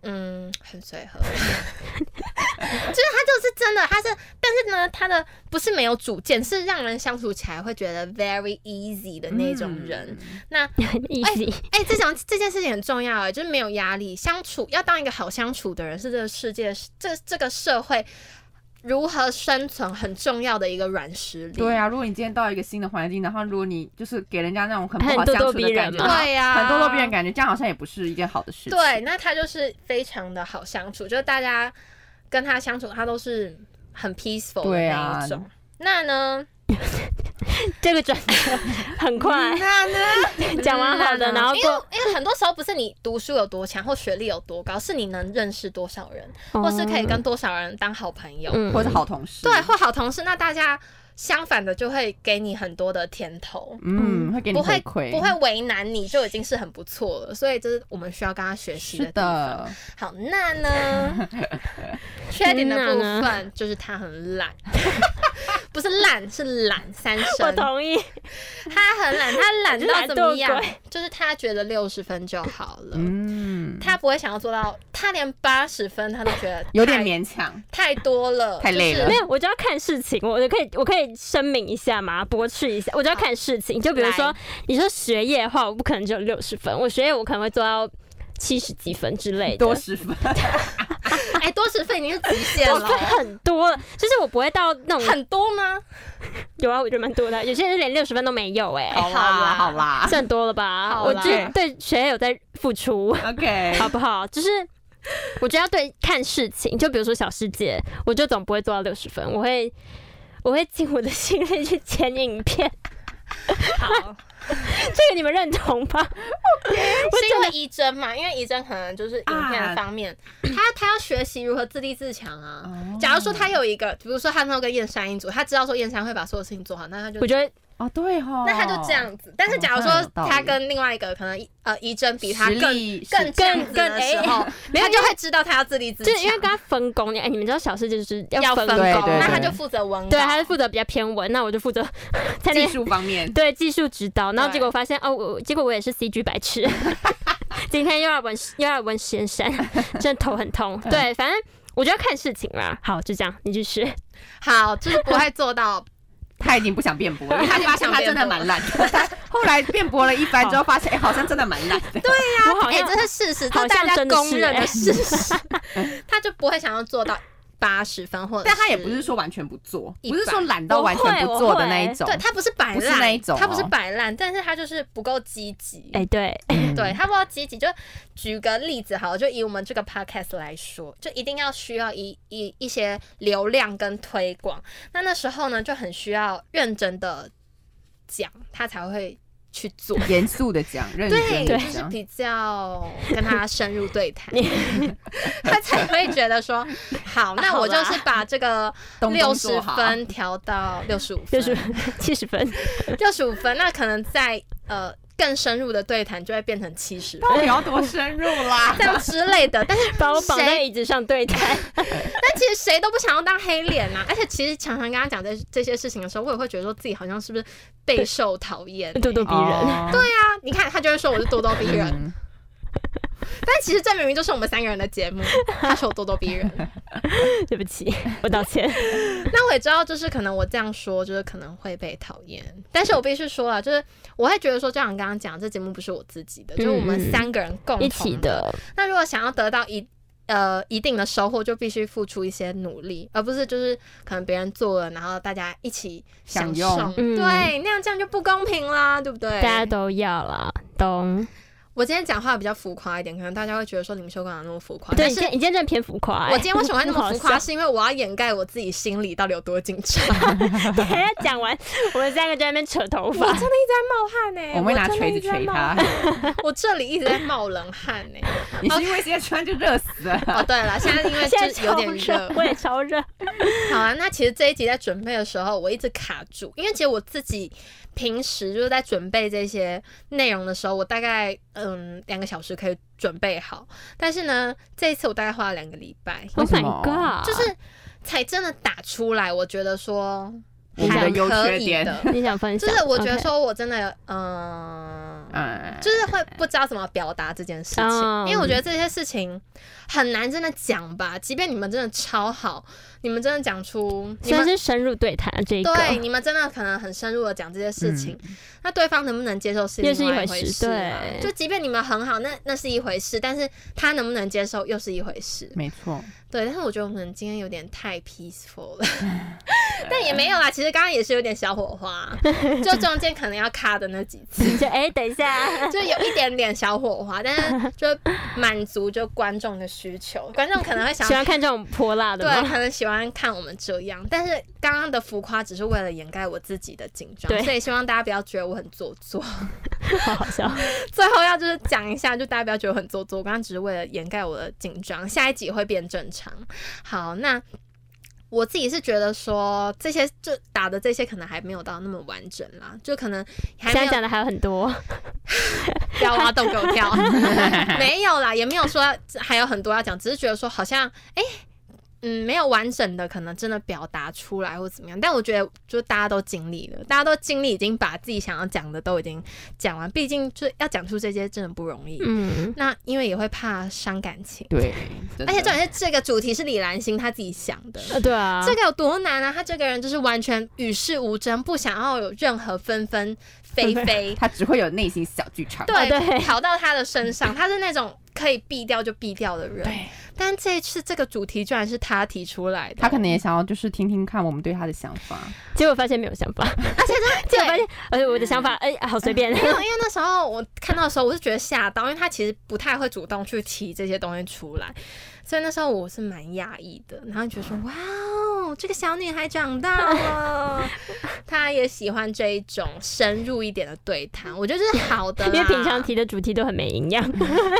[SPEAKER 1] 嗯，很随和， [LAUGHS] 就是他就是真的，他是，但是呢，他的不是没有主见，是让人相处起来会觉得 very easy 的那种
[SPEAKER 2] 嗯
[SPEAKER 1] 人。那
[SPEAKER 3] easy，
[SPEAKER 1] 哎、这种这件事情很重要啊，就是没有压力，相处要当一个好相处的人，是这个世界这这个社会如何生存很重要的一个软实力。
[SPEAKER 2] 对啊，如果你今天到一个新的环境，然后如果你就是给人家那种很不
[SPEAKER 3] 很
[SPEAKER 2] 好
[SPEAKER 3] 咄
[SPEAKER 2] 相
[SPEAKER 3] 咄
[SPEAKER 2] 处
[SPEAKER 3] 逼
[SPEAKER 2] 的感
[SPEAKER 3] 人
[SPEAKER 2] 觉，
[SPEAKER 3] 嘛
[SPEAKER 1] 对啊呀
[SPEAKER 2] 很咄咄逼人感觉，这样好像也不是一件好的事情。
[SPEAKER 1] 对，那他就是非常的好相处，就是大家跟他相处，他都是很 peaceful 的
[SPEAKER 2] 对
[SPEAKER 1] 那
[SPEAKER 2] 啊
[SPEAKER 1] 一种。那呢，
[SPEAKER 3] 这个转折很快，讲完好的，
[SPEAKER 1] 嗯
[SPEAKER 3] 然后
[SPEAKER 1] 因为因为很多时候不是你读书有多强或学历有多高，是你能认识多少人，
[SPEAKER 3] 过，
[SPEAKER 1] 或是可以
[SPEAKER 2] 哦
[SPEAKER 1] 跟多少人当好朋友，
[SPEAKER 3] 嗯
[SPEAKER 2] 或者是好同事。
[SPEAKER 1] 对，或好同事。那大家相反的就会给你很多的甜头。
[SPEAKER 2] 嗯，会给你
[SPEAKER 1] 不
[SPEAKER 2] 回
[SPEAKER 1] 会
[SPEAKER 2] 馈，
[SPEAKER 1] 不会为难你就已经是很不错了，所以这是我们需要跟他学习的
[SPEAKER 2] 是
[SPEAKER 1] 地方。
[SPEAKER 2] 的，
[SPEAKER 1] 好，那
[SPEAKER 2] [LAUGHS]
[SPEAKER 1] 呢？缺点的部
[SPEAKER 3] 那
[SPEAKER 1] 分就是他很
[SPEAKER 2] [LAUGHS]
[SPEAKER 1] 懒，不是懒是懒三
[SPEAKER 3] 我
[SPEAKER 1] 声，
[SPEAKER 3] 同意，
[SPEAKER 1] 他很懒，他懒到怎么
[SPEAKER 3] 懒
[SPEAKER 1] 样
[SPEAKER 3] 惰鬼？
[SPEAKER 1] 就是他觉得六十分就好了，
[SPEAKER 2] 嗯，
[SPEAKER 1] 他不会想要做到，他连八十分他都觉得
[SPEAKER 2] 有点
[SPEAKER 1] 太
[SPEAKER 2] 勉强。
[SPEAKER 1] 太多了，
[SPEAKER 2] 太累
[SPEAKER 1] 就是
[SPEAKER 2] 了
[SPEAKER 3] 没有，我就要看事情，我我可以我可以声明一下嘛，驳斥一下，我就要看事情。就比如说
[SPEAKER 1] 来，
[SPEAKER 3] 你说学业的话，我不可能只有六十分，我学业我可能会做到七十几分之类的
[SPEAKER 2] 多。十
[SPEAKER 1] [LAUGHS]
[SPEAKER 2] 分，
[SPEAKER 1] 哎，多十分已经是极限
[SPEAKER 3] 多
[SPEAKER 1] 了
[SPEAKER 3] 分。很多了，就是我不会到那种
[SPEAKER 1] 很多吗？
[SPEAKER 3] 有啊，我觉得蛮多的。有些人连六十分都没有、哎，
[SPEAKER 2] 好
[SPEAKER 1] 好啦
[SPEAKER 2] 啦，
[SPEAKER 1] [LAUGHS]
[SPEAKER 2] 好啦
[SPEAKER 3] 算多了吧？
[SPEAKER 1] 好
[SPEAKER 3] 我
[SPEAKER 1] 啦
[SPEAKER 3] 这对学业有在付出。
[SPEAKER 1] [LAUGHS]
[SPEAKER 2] ，OK，
[SPEAKER 3] 好不好？就是我觉得要对看事情，就比如说小世界，我就总不会做到六十分，我会我会尽我的心力去剪影片，
[SPEAKER 1] 好，
[SPEAKER 3] [LAUGHS] 这个你们认同吧？
[SPEAKER 1] 是因为怡珍嘛，因为怡珍可能就是影片
[SPEAKER 2] 啊
[SPEAKER 1] 方面，他他要学习如何自立自强啊。
[SPEAKER 2] 哦
[SPEAKER 1] 假如说他有一个，比如说他那时候跟燕山一组，他知道说燕山会把所有事情做好，那他就
[SPEAKER 3] 我觉得
[SPEAKER 2] 哦，对哈、哦，
[SPEAKER 1] 那他就这样子。但是假如
[SPEAKER 2] 好像
[SPEAKER 1] 说
[SPEAKER 2] 有道理
[SPEAKER 1] 他跟另外一个可能呃怡珍比他
[SPEAKER 2] 实
[SPEAKER 1] 更
[SPEAKER 2] 力哎
[SPEAKER 1] 更
[SPEAKER 2] 实
[SPEAKER 1] 这样子的时候，
[SPEAKER 3] 没有
[SPEAKER 1] [LAUGHS] 他就会知道他要自立自
[SPEAKER 3] 就
[SPEAKER 1] 强，
[SPEAKER 3] 是因为跟他分工，哎、你们知道小事就是
[SPEAKER 1] 要
[SPEAKER 3] 分
[SPEAKER 1] 分
[SPEAKER 3] 工，
[SPEAKER 1] 工，
[SPEAKER 2] 对对
[SPEAKER 1] 那
[SPEAKER 2] 对
[SPEAKER 1] 他就负责文稿，
[SPEAKER 3] 对，他是负责比较偏文，那我就负责 [LAUGHS] 在那
[SPEAKER 2] 哎技术方
[SPEAKER 1] [LAUGHS]
[SPEAKER 2] 面，
[SPEAKER 3] 对技术指导，然后
[SPEAKER 1] 对
[SPEAKER 3] 结果发现哦，我结果我也是 CG 白痴， [LAUGHS] 今天又要纹又要纹仙山，真的头很痛。
[SPEAKER 1] 嗯
[SPEAKER 3] 对，反正我觉得看事情啦。好，就这样，你去试。
[SPEAKER 1] 哎好，就是不会做到
[SPEAKER 2] 他已经不想辩驳了，
[SPEAKER 1] 他已
[SPEAKER 2] 他
[SPEAKER 1] 经
[SPEAKER 2] 发
[SPEAKER 1] 不
[SPEAKER 2] 现
[SPEAKER 1] 想
[SPEAKER 2] 他真的
[SPEAKER 1] 辩驳
[SPEAKER 2] 蛮烂的。 [LAUGHS] 他后来辩驳了一番之后，发现哎、好像真的蛮烂的。对，
[SPEAKER 3] 我好
[SPEAKER 1] 哎、
[SPEAKER 3] 像、
[SPEAKER 1] 这是事实，这
[SPEAKER 3] 好
[SPEAKER 1] 是大
[SPEAKER 3] 像
[SPEAKER 1] 家
[SPEAKER 3] 真的
[SPEAKER 1] 公
[SPEAKER 3] 是
[SPEAKER 1] 认
[SPEAKER 3] 哎
[SPEAKER 1] 的事实，他就不会想要做到八十分，或者
[SPEAKER 2] 但他也不是说完全不做，
[SPEAKER 1] 一
[SPEAKER 2] 不是
[SPEAKER 1] 百
[SPEAKER 2] 说懒到完全不做的那一种
[SPEAKER 1] 对。他不是摆
[SPEAKER 2] 不是
[SPEAKER 1] 烂，
[SPEAKER 2] 那一种
[SPEAKER 1] 他不是
[SPEAKER 2] 哦
[SPEAKER 1] 摆烂，但是他就是不够积极。
[SPEAKER 3] 哎、
[SPEAKER 1] [LAUGHS]
[SPEAKER 3] 对，
[SPEAKER 2] 嗯
[SPEAKER 1] 对，他不够积极，就举个例子好了，就以我们这个 podcast 来说，就一定要需要一一一些流量跟推广。那那时候呢，就很需要认真的讲，他才会去做。
[SPEAKER 2] 严肃的讲，认真
[SPEAKER 1] 对，
[SPEAKER 2] 的
[SPEAKER 1] 就是
[SPEAKER 2] 讲。
[SPEAKER 1] 比较跟他深入对谈， [LAUGHS] 他才会觉得说，好，那我就是把这个
[SPEAKER 2] [LAUGHS] 东
[SPEAKER 1] 六
[SPEAKER 2] 东
[SPEAKER 1] 十
[SPEAKER 2] 做好
[SPEAKER 1] 分调到六十五分，
[SPEAKER 3] 就是七十分。
[SPEAKER 1] 六十五分，那可能在呃更深入的对谈就会变成七十分
[SPEAKER 2] 到底要多深入啦？
[SPEAKER 1] [LAUGHS] 这样之类的。但是
[SPEAKER 3] 把我绑在
[SPEAKER 1] 谁
[SPEAKER 3] 椅子上
[SPEAKER 1] [LAUGHS]
[SPEAKER 3] 对待，
[SPEAKER 1] 但其实谁都不想要当黑脸啊 [LAUGHS] 呐、而且其实常常跟他讲这这些事情的时候，我也会觉得说自己好像是不是备受讨
[SPEAKER 3] [LAUGHS]
[SPEAKER 1] 厌、
[SPEAKER 3] 咄
[SPEAKER 2] 哦
[SPEAKER 3] 咄逼人。
[SPEAKER 2] 对
[SPEAKER 1] [LAUGHS] 对啊，你看他就会说我是咄咄
[SPEAKER 2] 嗯
[SPEAKER 1] 逼
[SPEAKER 3] 嗯
[SPEAKER 1] 人，但其实这明明就是我们三个人的节目，他说我咄咄逼人。
[SPEAKER 3] 对不起，我道歉。
[SPEAKER 1] 那我也知道，就是可能我这样说，就是可能会被讨厌，但是我必须说啊，就是我会觉得说，就像你刚刚讲，这节目不是我自己的，就是我们三个人共同
[SPEAKER 3] 嗯一起的，
[SPEAKER 1] 那如果想要得到一呃一定的收获，就必须付出一些努力，而不是就是可能别人做了，然后大家一起享受，
[SPEAKER 2] 享用
[SPEAKER 3] 嗯
[SPEAKER 1] 对，那样这样就不公平啦，对不对？啊
[SPEAKER 3] 大家都要啦，懂？
[SPEAKER 1] 我今天讲话比较浮夸一点，可能大家会觉得说你们修改哪那么浮夸，
[SPEAKER 3] 对，
[SPEAKER 1] 但是
[SPEAKER 3] 你今天你今天真的偏浮夸、欸。
[SPEAKER 1] 我今天为什么会那么
[SPEAKER 3] 好
[SPEAKER 1] 浮 [LAUGHS]
[SPEAKER 3] 笑
[SPEAKER 1] 夸，是因为我要掩盖我自己心里到底有多紧 [LAUGHS] 张，我
[SPEAKER 3] 等一下 [LAUGHS] 讲完，我们三个在那边扯头
[SPEAKER 1] 真的一
[SPEAKER 3] 发
[SPEAKER 1] 直。在冒汗呢、
[SPEAKER 2] 我们会拿
[SPEAKER 1] 真的
[SPEAKER 2] 锤
[SPEAKER 1] 一
[SPEAKER 2] 子
[SPEAKER 1] 直在
[SPEAKER 2] 锤
[SPEAKER 1] 冒
[SPEAKER 2] 他。 [LAUGHS]
[SPEAKER 1] 我这里一直在冒冷汗呢、
[SPEAKER 2] 你是因为现在穿就热死了。
[SPEAKER 1] [LAUGHS] 哦，对了，现在因为
[SPEAKER 3] 现在
[SPEAKER 1] 就是有
[SPEAKER 3] 超
[SPEAKER 1] 点热
[SPEAKER 3] 热，，我也超热。
[SPEAKER 1] 好啊，那其实这一集在准备的时候，我一直卡住，因为其实我自己平时就是在准备这些内容的时候，我大概嗯两个小时可以准备好，但是呢，这一次我大概花了两个礼拜，
[SPEAKER 2] 为
[SPEAKER 3] Oh
[SPEAKER 2] 什
[SPEAKER 3] my
[SPEAKER 2] 么
[SPEAKER 3] god！
[SPEAKER 1] 就是才真的打出来，我觉得说
[SPEAKER 2] 我们
[SPEAKER 1] 还
[SPEAKER 2] 的优
[SPEAKER 1] 可
[SPEAKER 2] 缺
[SPEAKER 1] 以
[SPEAKER 2] 点
[SPEAKER 1] 的
[SPEAKER 3] 你想分
[SPEAKER 1] 就
[SPEAKER 3] 享？
[SPEAKER 1] 是我觉
[SPEAKER 2] [LAUGHS]
[SPEAKER 1] 得
[SPEAKER 3] OK
[SPEAKER 1] 说我真的嗯。
[SPEAKER 2] 嗯，
[SPEAKER 1] 就是会不知道怎么表达这件事情，
[SPEAKER 2] 哦
[SPEAKER 3] 嗯
[SPEAKER 1] 因为我觉得这些事情很难真的讲吧。即便你们真的超好，你们真的讲出，你
[SPEAKER 3] 虽
[SPEAKER 1] 们
[SPEAKER 3] 然是深入对谈啊这一个，嗯
[SPEAKER 1] 对，你们真的可能很深入的讲这些事情，那对方能不能接受是
[SPEAKER 3] 又
[SPEAKER 1] 另
[SPEAKER 3] 是一
[SPEAKER 1] 外
[SPEAKER 3] 回
[SPEAKER 1] 回
[SPEAKER 3] 事
[SPEAKER 1] 事嘛。
[SPEAKER 3] 对
[SPEAKER 1] 就即便你们很好，那那是一回事，但是他能不能接受又是一回事。
[SPEAKER 2] 没错，
[SPEAKER 1] 对，但是我觉得我们今天有点太 peaceful 了，
[SPEAKER 3] [LAUGHS]
[SPEAKER 1] 但也没有啦。其实刚刚也是有点小火
[SPEAKER 3] [LAUGHS]
[SPEAKER 1] 花，就中间可能要卡的那几次，
[SPEAKER 3] 就哎、等一下，
[SPEAKER 1] 就有一点点小火花，但是就满足就观众的需求，观众可能会想
[SPEAKER 3] 喜欢看这种泼辣的
[SPEAKER 1] 对，
[SPEAKER 3] 吗？
[SPEAKER 1] 可能喜欢看我们这样，但是刚刚的浮夸只是为了掩盖我自己的紧张
[SPEAKER 3] 对，
[SPEAKER 1] 所以希望大家不要觉得我很做作。 [LAUGHS]
[SPEAKER 3] 好好笑，
[SPEAKER 1] 最后要就是讲一下，就大家不要觉得我很做作，我刚刚只是为了掩盖我的紧张，下一集会变正常。好，那。我自己是觉得说这些就打的这些可能还没有到那么完整啦，就可能还
[SPEAKER 3] 现
[SPEAKER 1] 没
[SPEAKER 3] 在
[SPEAKER 1] 有
[SPEAKER 3] 讲的还有很多， [LAUGHS]
[SPEAKER 1] 不要挖洞给我跳，没有啦，也没有说还有很多要讲，只是觉得说好像哎、嗯，没有完整的可能真的表达出来或怎么样。但我觉得就大家都经历了，大家都经历已经把自己想要讲的都已经讲完，毕竟就要讲出这些真的不容易。
[SPEAKER 3] 嗯，
[SPEAKER 1] 那因为也会怕伤感情，
[SPEAKER 2] 对，
[SPEAKER 1] 而且重点是这个主题是李兰心她自己想的。
[SPEAKER 3] 呃对啊，
[SPEAKER 1] 这个有多难啊！她这个人就是完全与世无争，不想要有任何纷纷飞
[SPEAKER 3] [LAUGHS]
[SPEAKER 1] 飞，
[SPEAKER 2] 他只会有内心小剧场。
[SPEAKER 1] 对
[SPEAKER 3] 哦对
[SPEAKER 1] 跑到他的身
[SPEAKER 3] [LAUGHS]
[SPEAKER 1] 上，他是那种可以避掉就避掉的人。但这一次这个主题居然是他提出来的，
[SPEAKER 2] 他可能也想要就是听听看我们对他的想法。
[SPEAKER 3] 结果发现没有想法，结
[SPEAKER 1] 对
[SPEAKER 3] 果发现，而且我的想法，哎、好随便，
[SPEAKER 1] 因为因为那时候我看到的时候，我是觉得吓到，因为他其实不太会主动去提这些东西出来，所以那时候我是蛮讶异的。然后觉得说，哇哦，这个小女孩长大
[SPEAKER 3] [LAUGHS]
[SPEAKER 1] 了，她也喜欢这一种深入一点的对谈，我觉得这是好的啦。
[SPEAKER 3] [LAUGHS] 因为平常提的主题都很没营养，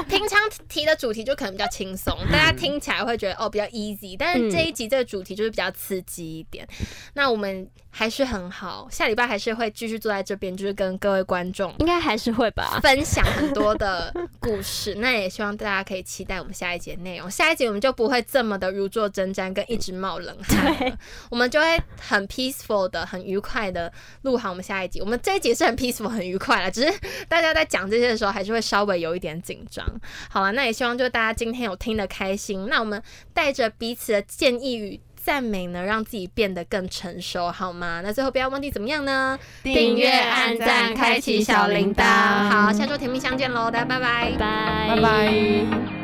[SPEAKER 1] 平常提的主题就可能比较轻松，大家听起来会觉得哦比较 easy，但是这一集这个主题就是比较刺激一点。那我们还是很好。下礼拜还是会继续坐在这边，就是跟各位观众
[SPEAKER 3] 应该还是会吧。
[SPEAKER 1] 分享很多的故事。那也希望大家可以期待我们下一节内容。下一节我们就不会这么的如坐针毡，跟一直冒冷汗了，我们就会很 peaceful 的、很愉快的录好我们下一集。我们这一集是很 peaceful、很愉快了，只是大家在讲这些的时候，还是会稍微有一点紧张。好了，那也希望就大家今天有听得开心。那我们带着彼此的建议与赞美呢，让自己变得更成熟，好吗？那最后不要忘记怎么样呢？
[SPEAKER 3] 订阅按赞开启小铃铛
[SPEAKER 1] 好，下周甜蜜相见喽，大家拜拜。
[SPEAKER 3] 拜
[SPEAKER 2] 拜拜。